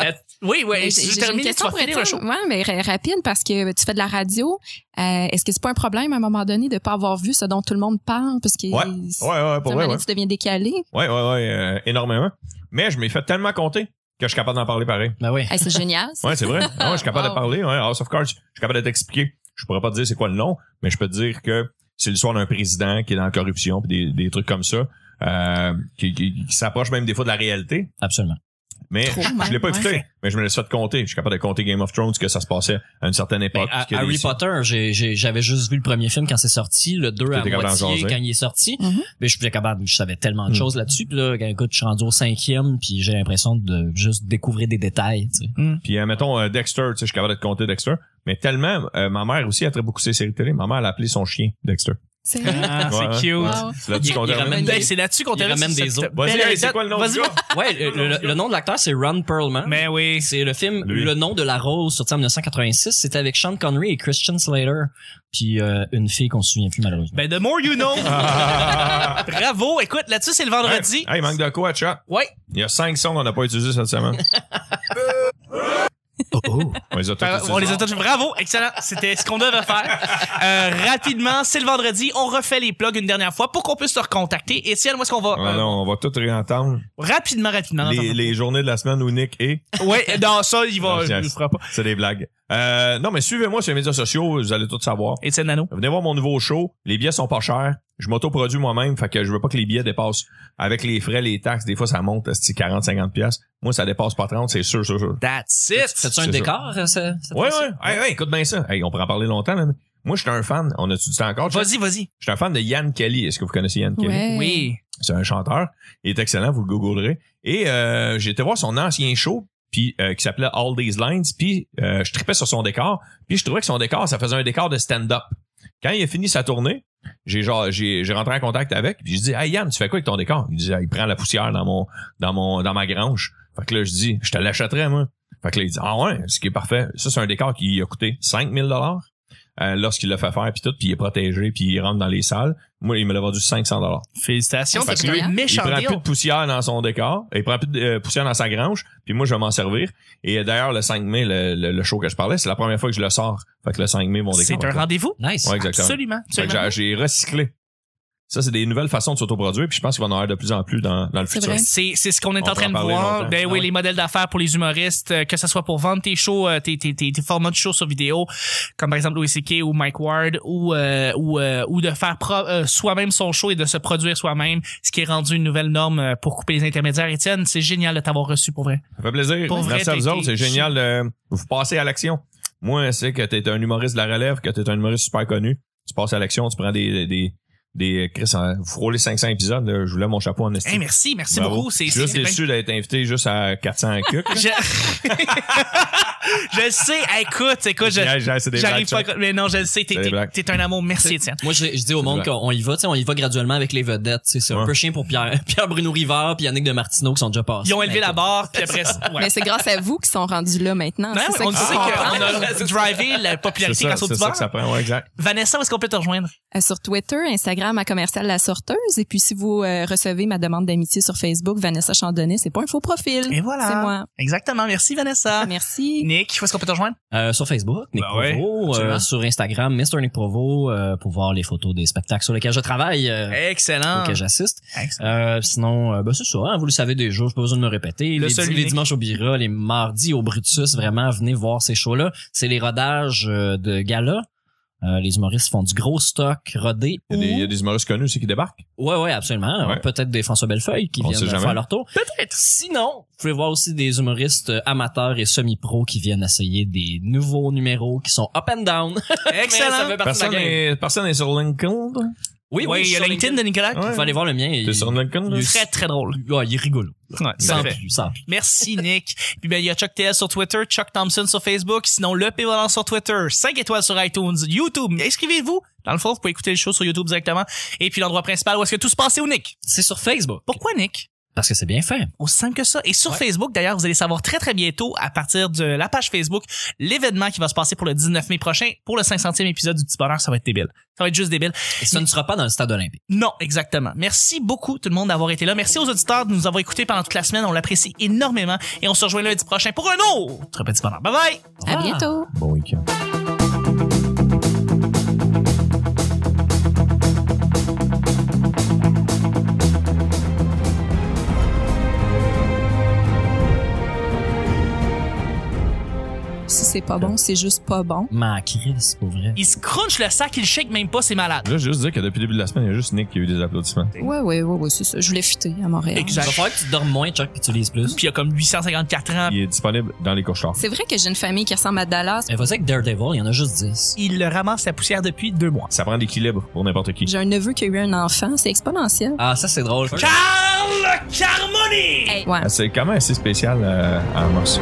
Speaker 1: Euh, oui, oui,
Speaker 3: Mais
Speaker 1: si
Speaker 3: j'ai-
Speaker 1: je
Speaker 3: j'ai une
Speaker 1: termine, tu
Speaker 3: question
Speaker 1: vas
Speaker 3: pour
Speaker 1: finir le show.
Speaker 3: Étienne. Ouais, mais ra- rapide parce que tu fais de la radio. Euh, Est-ce que c'est pas un problème à un moment donné de pas avoir vu ce dont tout le monde parle parce que
Speaker 2: Ouais.
Speaker 3: c'est-
Speaker 2: Ouais, ouais, pour
Speaker 3: ça,
Speaker 2: vrai, ouais.
Speaker 3: tu deviens décalé.
Speaker 2: Ouais, ouais, ouais, euh, énormément. Mais je m'ai fait tellement compter que je suis capable d'en parler pareil.
Speaker 4: Ben oui.
Speaker 3: Hey, c'est génial. ça.
Speaker 2: Ouais, c'est vrai. Ah ouais, je suis capable
Speaker 3: Wow.
Speaker 2: de parler. Ouais, House of Cards, je suis capable de t'expliquer. Je pourrais pas te dire c'est quoi le nom, mais je peux te dire que c'est l'histoire d'un président qui est dans la corruption puis des, des trucs comme ça, euh, qui, qui- qui s'approche même des fois de la réalité.
Speaker 4: Absolument.
Speaker 2: Mais
Speaker 3: Trop
Speaker 2: je, je
Speaker 3: même,
Speaker 2: l'ai pas écouté,
Speaker 3: ouais.
Speaker 2: mais je me laisse fait compter. Je suis capable de compter Game of Thrones que ça se passait à une certaine
Speaker 4: Ben,
Speaker 2: époque.
Speaker 4: à-
Speaker 2: Ah, qu'il y a
Speaker 4: Harry
Speaker 2: des-
Speaker 4: Potter, j'ai- j'ai- j'avais juste vu le premier film quand c'est sorti, le 2 à
Speaker 2: T'étais capable d'en
Speaker 4: moitié
Speaker 2: jaser.
Speaker 4: quand il est sorti.
Speaker 3: Mhm.
Speaker 4: Mais je suis capable, je savais tellement de
Speaker 2: Mm.
Speaker 4: choses là-dessus. Puis là, quand, écoute, je suis rendu au cinquième, puis j'ai l'impression de juste découvrir des détails. tu sais.
Speaker 2: Puis euh, mettons euh, Dexter, tu sais, je suis capable de te compter Dexter, mais tellement euh, ma mère aussi a très beaucoup ses séries télé. Ma mère elle a appelé son chien Dexter.
Speaker 3: C'est
Speaker 1: <laughs> Ah, c'est
Speaker 2: Ouais,
Speaker 1: cute.
Speaker 2: ouais.
Speaker 3: Wow.
Speaker 2: C'est là-dessus
Speaker 4: Il-
Speaker 2: qu'on
Speaker 4: il
Speaker 2: termine.
Speaker 4: ramène-
Speaker 1: Ben, c'est là-dessus qu'on
Speaker 4: Il
Speaker 1: termine.
Speaker 4: ramène
Speaker 1: sur
Speaker 4: des
Speaker 1: cette
Speaker 4: autres.
Speaker 2: hein? Vas-y,
Speaker 1: belle
Speaker 2: hey, c'est quoi le nom
Speaker 1: Ben, Vas-y.
Speaker 2: du gars?
Speaker 4: Ouais, le, le- le nom de l'acteur, c'est Ron Perlman.
Speaker 1: Mais oui.
Speaker 4: C'est le film
Speaker 2: Lui.
Speaker 4: Le nom de la rose, sorti en 1986. C'était avec Sean Connery et Christian Slater. Puis euh, une fille qu'on se souvient plus malheureusement.
Speaker 1: Ben, the more you know.
Speaker 4: <laughs>
Speaker 2: Ah.
Speaker 1: Bravo. Écoute, là-dessus, c'est le vendredi.
Speaker 2: Hey, il manque de quoi, chat?
Speaker 1: Ouais.
Speaker 2: Il y a cinq sons qu'on n'a pas utilisés cette semaine.
Speaker 4: <laughs>
Speaker 2: On
Speaker 1: <laughs>
Speaker 2: les a tous
Speaker 1: Par-
Speaker 2: utilisés.
Speaker 1: Ben, on les a touchés. Bravo, excellent. C'était ce qu'on devait faire. Euh, rapidement, c'est le vendredi. On refait les plugs une dernière fois pour qu'on puisse te recontacter. Étienne, où est-ce qu'on va?
Speaker 2: Ouais,
Speaker 1: euh,
Speaker 2: Ah, non, on va tout réentendre.
Speaker 1: Rapidement, rapidement.
Speaker 2: Les, les journées de la semaine où Nick est.
Speaker 1: Ouais, euh, non, ça, il
Speaker 2: Non,
Speaker 1: va, je
Speaker 2: je niaise.
Speaker 1: le ferai pas.
Speaker 2: C'est des blagues. Euh, non, mais suivez-moi sur les médias sociaux, vous allez tout savoir.
Speaker 1: Étienne Nano.
Speaker 2: Venez voir mon nouveau show. Les billets sont pas chers. Je m'autoproduis moi-même, fait que je veux pas que les billets dépassent. Avec les frais, les taxes, des fois ça monte à 40, 50 piastres. Moi, ça dépasse pas 30, c'est sûr, sûr, sûr.
Speaker 1: That's it.
Speaker 4: C'est-tu un
Speaker 2: C'est
Speaker 4: décor, euh, ça? cette
Speaker 2: Ouais,
Speaker 4: fois-ci?
Speaker 2: ouais. Hey, ouais, écoute bien ça. Hey, on pourrait en parler longtemps, même. Moi, j'étais un fan. On a-tu dit ça encore? Chuck?
Speaker 1: Vas-y, vas-y.
Speaker 2: J'étais un fan de Yann Kelly. Est-ce que vous connaissez Yann Kelly?
Speaker 3: Ouais.
Speaker 1: Oui.
Speaker 2: C'est un chanteur. Il est excellent, vous le googlerez. Et euh, j'ai été voir son ancien show puis euh, qui s'appelait All These Lines, puis euh, je tripais sur son décor, puis je trouvais que son décor, ça faisait un décor de stand-up. Quand il a fini sa tournée, j'ai genre j'ai j'ai rentré en contact avec, puis je dis "Hey Yann, tu fais quoi avec ton décor Il dit Ah, "Il prend la poussière dans mon dans mon dans ma grange." Fait que là je dis "Je te l'achèterais moi." Fait que là il dit "Ah ouais, ce qui est parfait. Ça c'est un décor qui a coûté 5000 dollars." euh, lorsqu'il l'a fait faire puis tout puis il est protégé puis il rentre dans les salles moi il me l'a vendu 500 dollars
Speaker 1: Félicitations.
Speaker 3: Parce
Speaker 1: C'est
Speaker 3: que
Speaker 1: un
Speaker 3: lui,
Speaker 2: il
Speaker 1: méchant
Speaker 2: prend
Speaker 1: deal.
Speaker 2: plus de poussière dans son décor. Il prend plus de euh, poussière dans sa grange. Puis moi, je vais m'en servir. Et euh, d'ailleurs, le 5 mai, le, le- le show que je parlais, c'est la première fois que je le sors. Fait que le 5 mai, mon décor.
Speaker 1: C'est
Speaker 2: va
Speaker 1: un
Speaker 2: être là.
Speaker 1: rendez-vous.
Speaker 4: Nice.
Speaker 2: Ouais, exactement.
Speaker 1: Absolument.
Speaker 2: Fait que
Speaker 1: absolument.
Speaker 2: j'ai- j'ai recyclé. Ça, c'est des nouvelles façons de s'autoproduire. Puis je pense qu'il va en avoir de plus en plus dans, dans le
Speaker 3: C'est
Speaker 2: futur.
Speaker 3: vrai.
Speaker 1: C'est, c'est ce qu'on est
Speaker 2: On
Speaker 1: en train de
Speaker 2: va en parler
Speaker 1: voir.
Speaker 2: longtemps.
Speaker 1: Ben
Speaker 4: Ah
Speaker 1: oui,
Speaker 4: oui.
Speaker 1: les modèles d'affaires pour les humoristes, euh, que ce soit pour vendre tes shows, euh, tes, tes, tes, tes formats de shows sur vidéo, comme par exemple Louis C.K. ou Mike Ward, ou euh, ou, euh, ou de faire pro- euh, soi-même son show et de se produire soi-même, ce qui est rendu une nouvelle norme euh, pour couper les intermédiaires. Étienne, c'est génial de t'avoir reçu pour vrai.
Speaker 2: Ça fait plaisir.
Speaker 1: Pour vrai,
Speaker 2: Merci à vous
Speaker 1: t'es-
Speaker 2: autres. C'est
Speaker 1: t'es-
Speaker 2: génial. de vous passez à l'action. Moi, c'est que t'es un humoriste de la relève, que t'es un humoriste super connu. Tu passes à l'action, tu prends des... des des Chris, hein, vous frôlez 500 épisodes, là, je voulais mon chapeau en estime.
Speaker 1: Hey, merci, merci
Speaker 2: Bravo.
Speaker 1: beaucoup. C'est,
Speaker 2: Je suis juste
Speaker 1: c'est bien-
Speaker 2: déçu d'être invité juste à 400
Speaker 1: <laughs>
Speaker 2: cucs.
Speaker 1: Je... je le sais. Écoute, écoute, je-
Speaker 2: J'ai- j'ai- c'est des
Speaker 1: j'arrive pas.
Speaker 2: blagues,
Speaker 1: à- Mais non, je le sais. T'es,
Speaker 2: C'est des
Speaker 1: t'es-
Speaker 2: blagues.
Speaker 1: t'es un amour. Merci, Étienne.
Speaker 4: Moi, je, je dis au
Speaker 2: C'est
Speaker 4: monde
Speaker 2: vrai.
Speaker 4: qu'on y va, tu sais, on y va graduellement avec les vedettes. tu sais, C'est un
Speaker 2: Ouais.
Speaker 4: peu chien pour Pierre, <laughs> Pierre Bruno Rivard puis Yannick de Martineau qui sont déjà passés.
Speaker 1: Ils ont élevé la
Speaker 4: Mais écoute,
Speaker 1: barre, puis après, ouais.
Speaker 3: Mais c'est grâce à vous qu'ils sont rendus là maintenant.
Speaker 1: Non,
Speaker 3: C'est ça
Speaker 1: on
Speaker 3: qu'il
Speaker 1: sait
Speaker 3: faut comprendre.
Speaker 1: qu'on a <laughs> drivé la
Speaker 2: C'est
Speaker 1: popularité
Speaker 2: ça,
Speaker 1: grâce au
Speaker 2: c'est
Speaker 1: divan.
Speaker 2: ça que ça prend, ouais, exact.
Speaker 1: Vanessa, où est-ce qu'on peut te rejoindre?
Speaker 3: Euh, Sur Twitter, Instagram, à commercial La Sorteuse. Et puis, si vous euh, recevez ma demande d'amitié sur Facebook, Vanessa Chandonnet, c'est pas un faux profil.
Speaker 1: Et voilà.
Speaker 3: Mm. C'est moi.
Speaker 1: Exactement. Merci, Vanessa.
Speaker 3: Merci.
Speaker 1: Nick, où est-ce qu'on peut te rejoindre?
Speaker 4: Euh, sur Facebook, Nick
Speaker 2: Ben ouais,
Speaker 4: Provo, euh,
Speaker 2: absolument.
Speaker 4: sur Instagram, Mr. Nick Provo, euh, pour voir les photos des spectacles sur lesquels je travaille, euh,
Speaker 1: Excellent.
Speaker 4: auxquels j'assiste.
Speaker 1: Excellent.
Speaker 4: Euh, sinon, euh, ben, c'est ça, hein, vous le savez déjà, j'ai pas besoin de me répéter.
Speaker 1: Le
Speaker 4: les,
Speaker 1: seul
Speaker 4: les
Speaker 1: unique.
Speaker 4: dimanches au Bira, les mardis au Brutus, vraiment, venez voir ces shows-là. C'est les rodages euh, de gala. Euh, les humoristes font du gros stock rodé.
Speaker 2: Il y, a des, il y a
Speaker 4: ou-
Speaker 2: des humoristes connus aussi qui débarquent.
Speaker 4: Ouais, ouais, absolument.
Speaker 2: Ouais.
Speaker 4: Peut-être des François Bellefeuille qui
Speaker 2: On
Speaker 4: viennent
Speaker 2: sait jamais.
Speaker 4: faire leur tour.
Speaker 1: Peut-être.
Speaker 4: Sinon, vous pouvez voir aussi des humoristes euh, amateurs et semi-pro qui viennent essayer des nouveaux numéros qui sont up and down. <laughs> Mais ça
Speaker 1: Excellent.
Speaker 4: fait partie de la
Speaker 2: Personne
Speaker 4: game.
Speaker 2: n'est personne n'est sur LinkedIn. toi?
Speaker 4: Oui,
Speaker 1: Oui, il y a
Speaker 4: sur
Speaker 1: LinkedIn de Nicolas.
Speaker 2: Ouais.
Speaker 4: Il faut aller voir le mien.
Speaker 2: T'es
Speaker 4: Il...
Speaker 2: sur LinkedIn? là?
Speaker 4: il-
Speaker 1: Très, très drôle.
Speaker 4: Ouais, il est rigolo.
Speaker 1: Ouais,
Speaker 4: Sans
Speaker 1: parfait.
Speaker 4: plus, sans plus.
Speaker 1: Merci, Nick. Puis ben, il y a Chuck TL sur Twitter, Chuck Thompson sur Facebook, sinon le Pévolant sur Twitter, 5 étoiles sur iTunes, YouTube. Inscrivez-vous. Dans le fond, vous pouvez écouter le show sur YouTube directement. Et puis l'endroit principal où est-ce que tout se passe, c'est au Nick.
Speaker 4: C'est sur Facebook.
Speaker 1: Pourquoi Nick?
Speaker 4: Parce que c'est bien fait.
Speaker 1: aussi simple que ça. Et sur
Speaker 4: Ouais.
Speaker 1: Facebook, d'ailleurs, vous allez savoir très, très bientôt, à partir de la page Facebook, l'événement qui va se passer pour le 19 mai prochain, pour le 500e épisode du Petit Bonheur, ça va être débile. Ça va être juste débile.
Speaker 4: Et ça ne sera pas dans le stade olympique.
Speaker 1: Non, exactement. Merci beaucoup, tout le monde, d'avoir été là. Merci aux auditeurs de nous avoir écoutés pendant toute la semaine. On l'apprécie énormément. Et on se rejoint lundi prochain pour un autre Petit Bonheur. Bye bye!
Speaker 3: À
Speaker 4: Ah.
Speaker 3: bientôt.
Speaker 2: Bon week-end.
Speaker 3: Si c'est pas bon, c'est juste pas bon.
Speaker 4: Ma crise, pour vrai.
Speaker 1: Il se crunche le sac, il shake même pas, c'est malade.
Speaker 2: Là, je veux juste dire que depuis le début de la semaine, il y a juste Nick qui a eu des applaudissements.
Speaker 3: Ouais, ouais, ouais, ouais, c'est ça. Je voulais fuiter à Montréal.
Speaker 1: Exact.
Speaker 4: Il va falloir que tu dormes moins, Chuck, puis tu lises plus.
Speaker 1: Puis il a comme 854 ans.
Speaker 2: Il est disponible dans les couches
Speaker 3: C'est vrai que j'ai une famille qui ressemble à Dallas.
Speaker 1: Eh
Speaker 4: Mais vas-y avec Daredevil, il y en a juste 10.
Speaker 1: Il le ramasse la poussière depuis deux mois.
Speaker 2: Ça prend l'équilibre pour n'importe qui.
Speaker 3: J'ai un neveu qui a eu un enfant. C'est exponentiel.
Speaker 4: Ah, ça, c'est drôle.
Speaker 1: Carl Carmoni!
Speaker 3: Ouais.
Speaker 2: Ah, C'est quand même assez spécial euh, à Amos.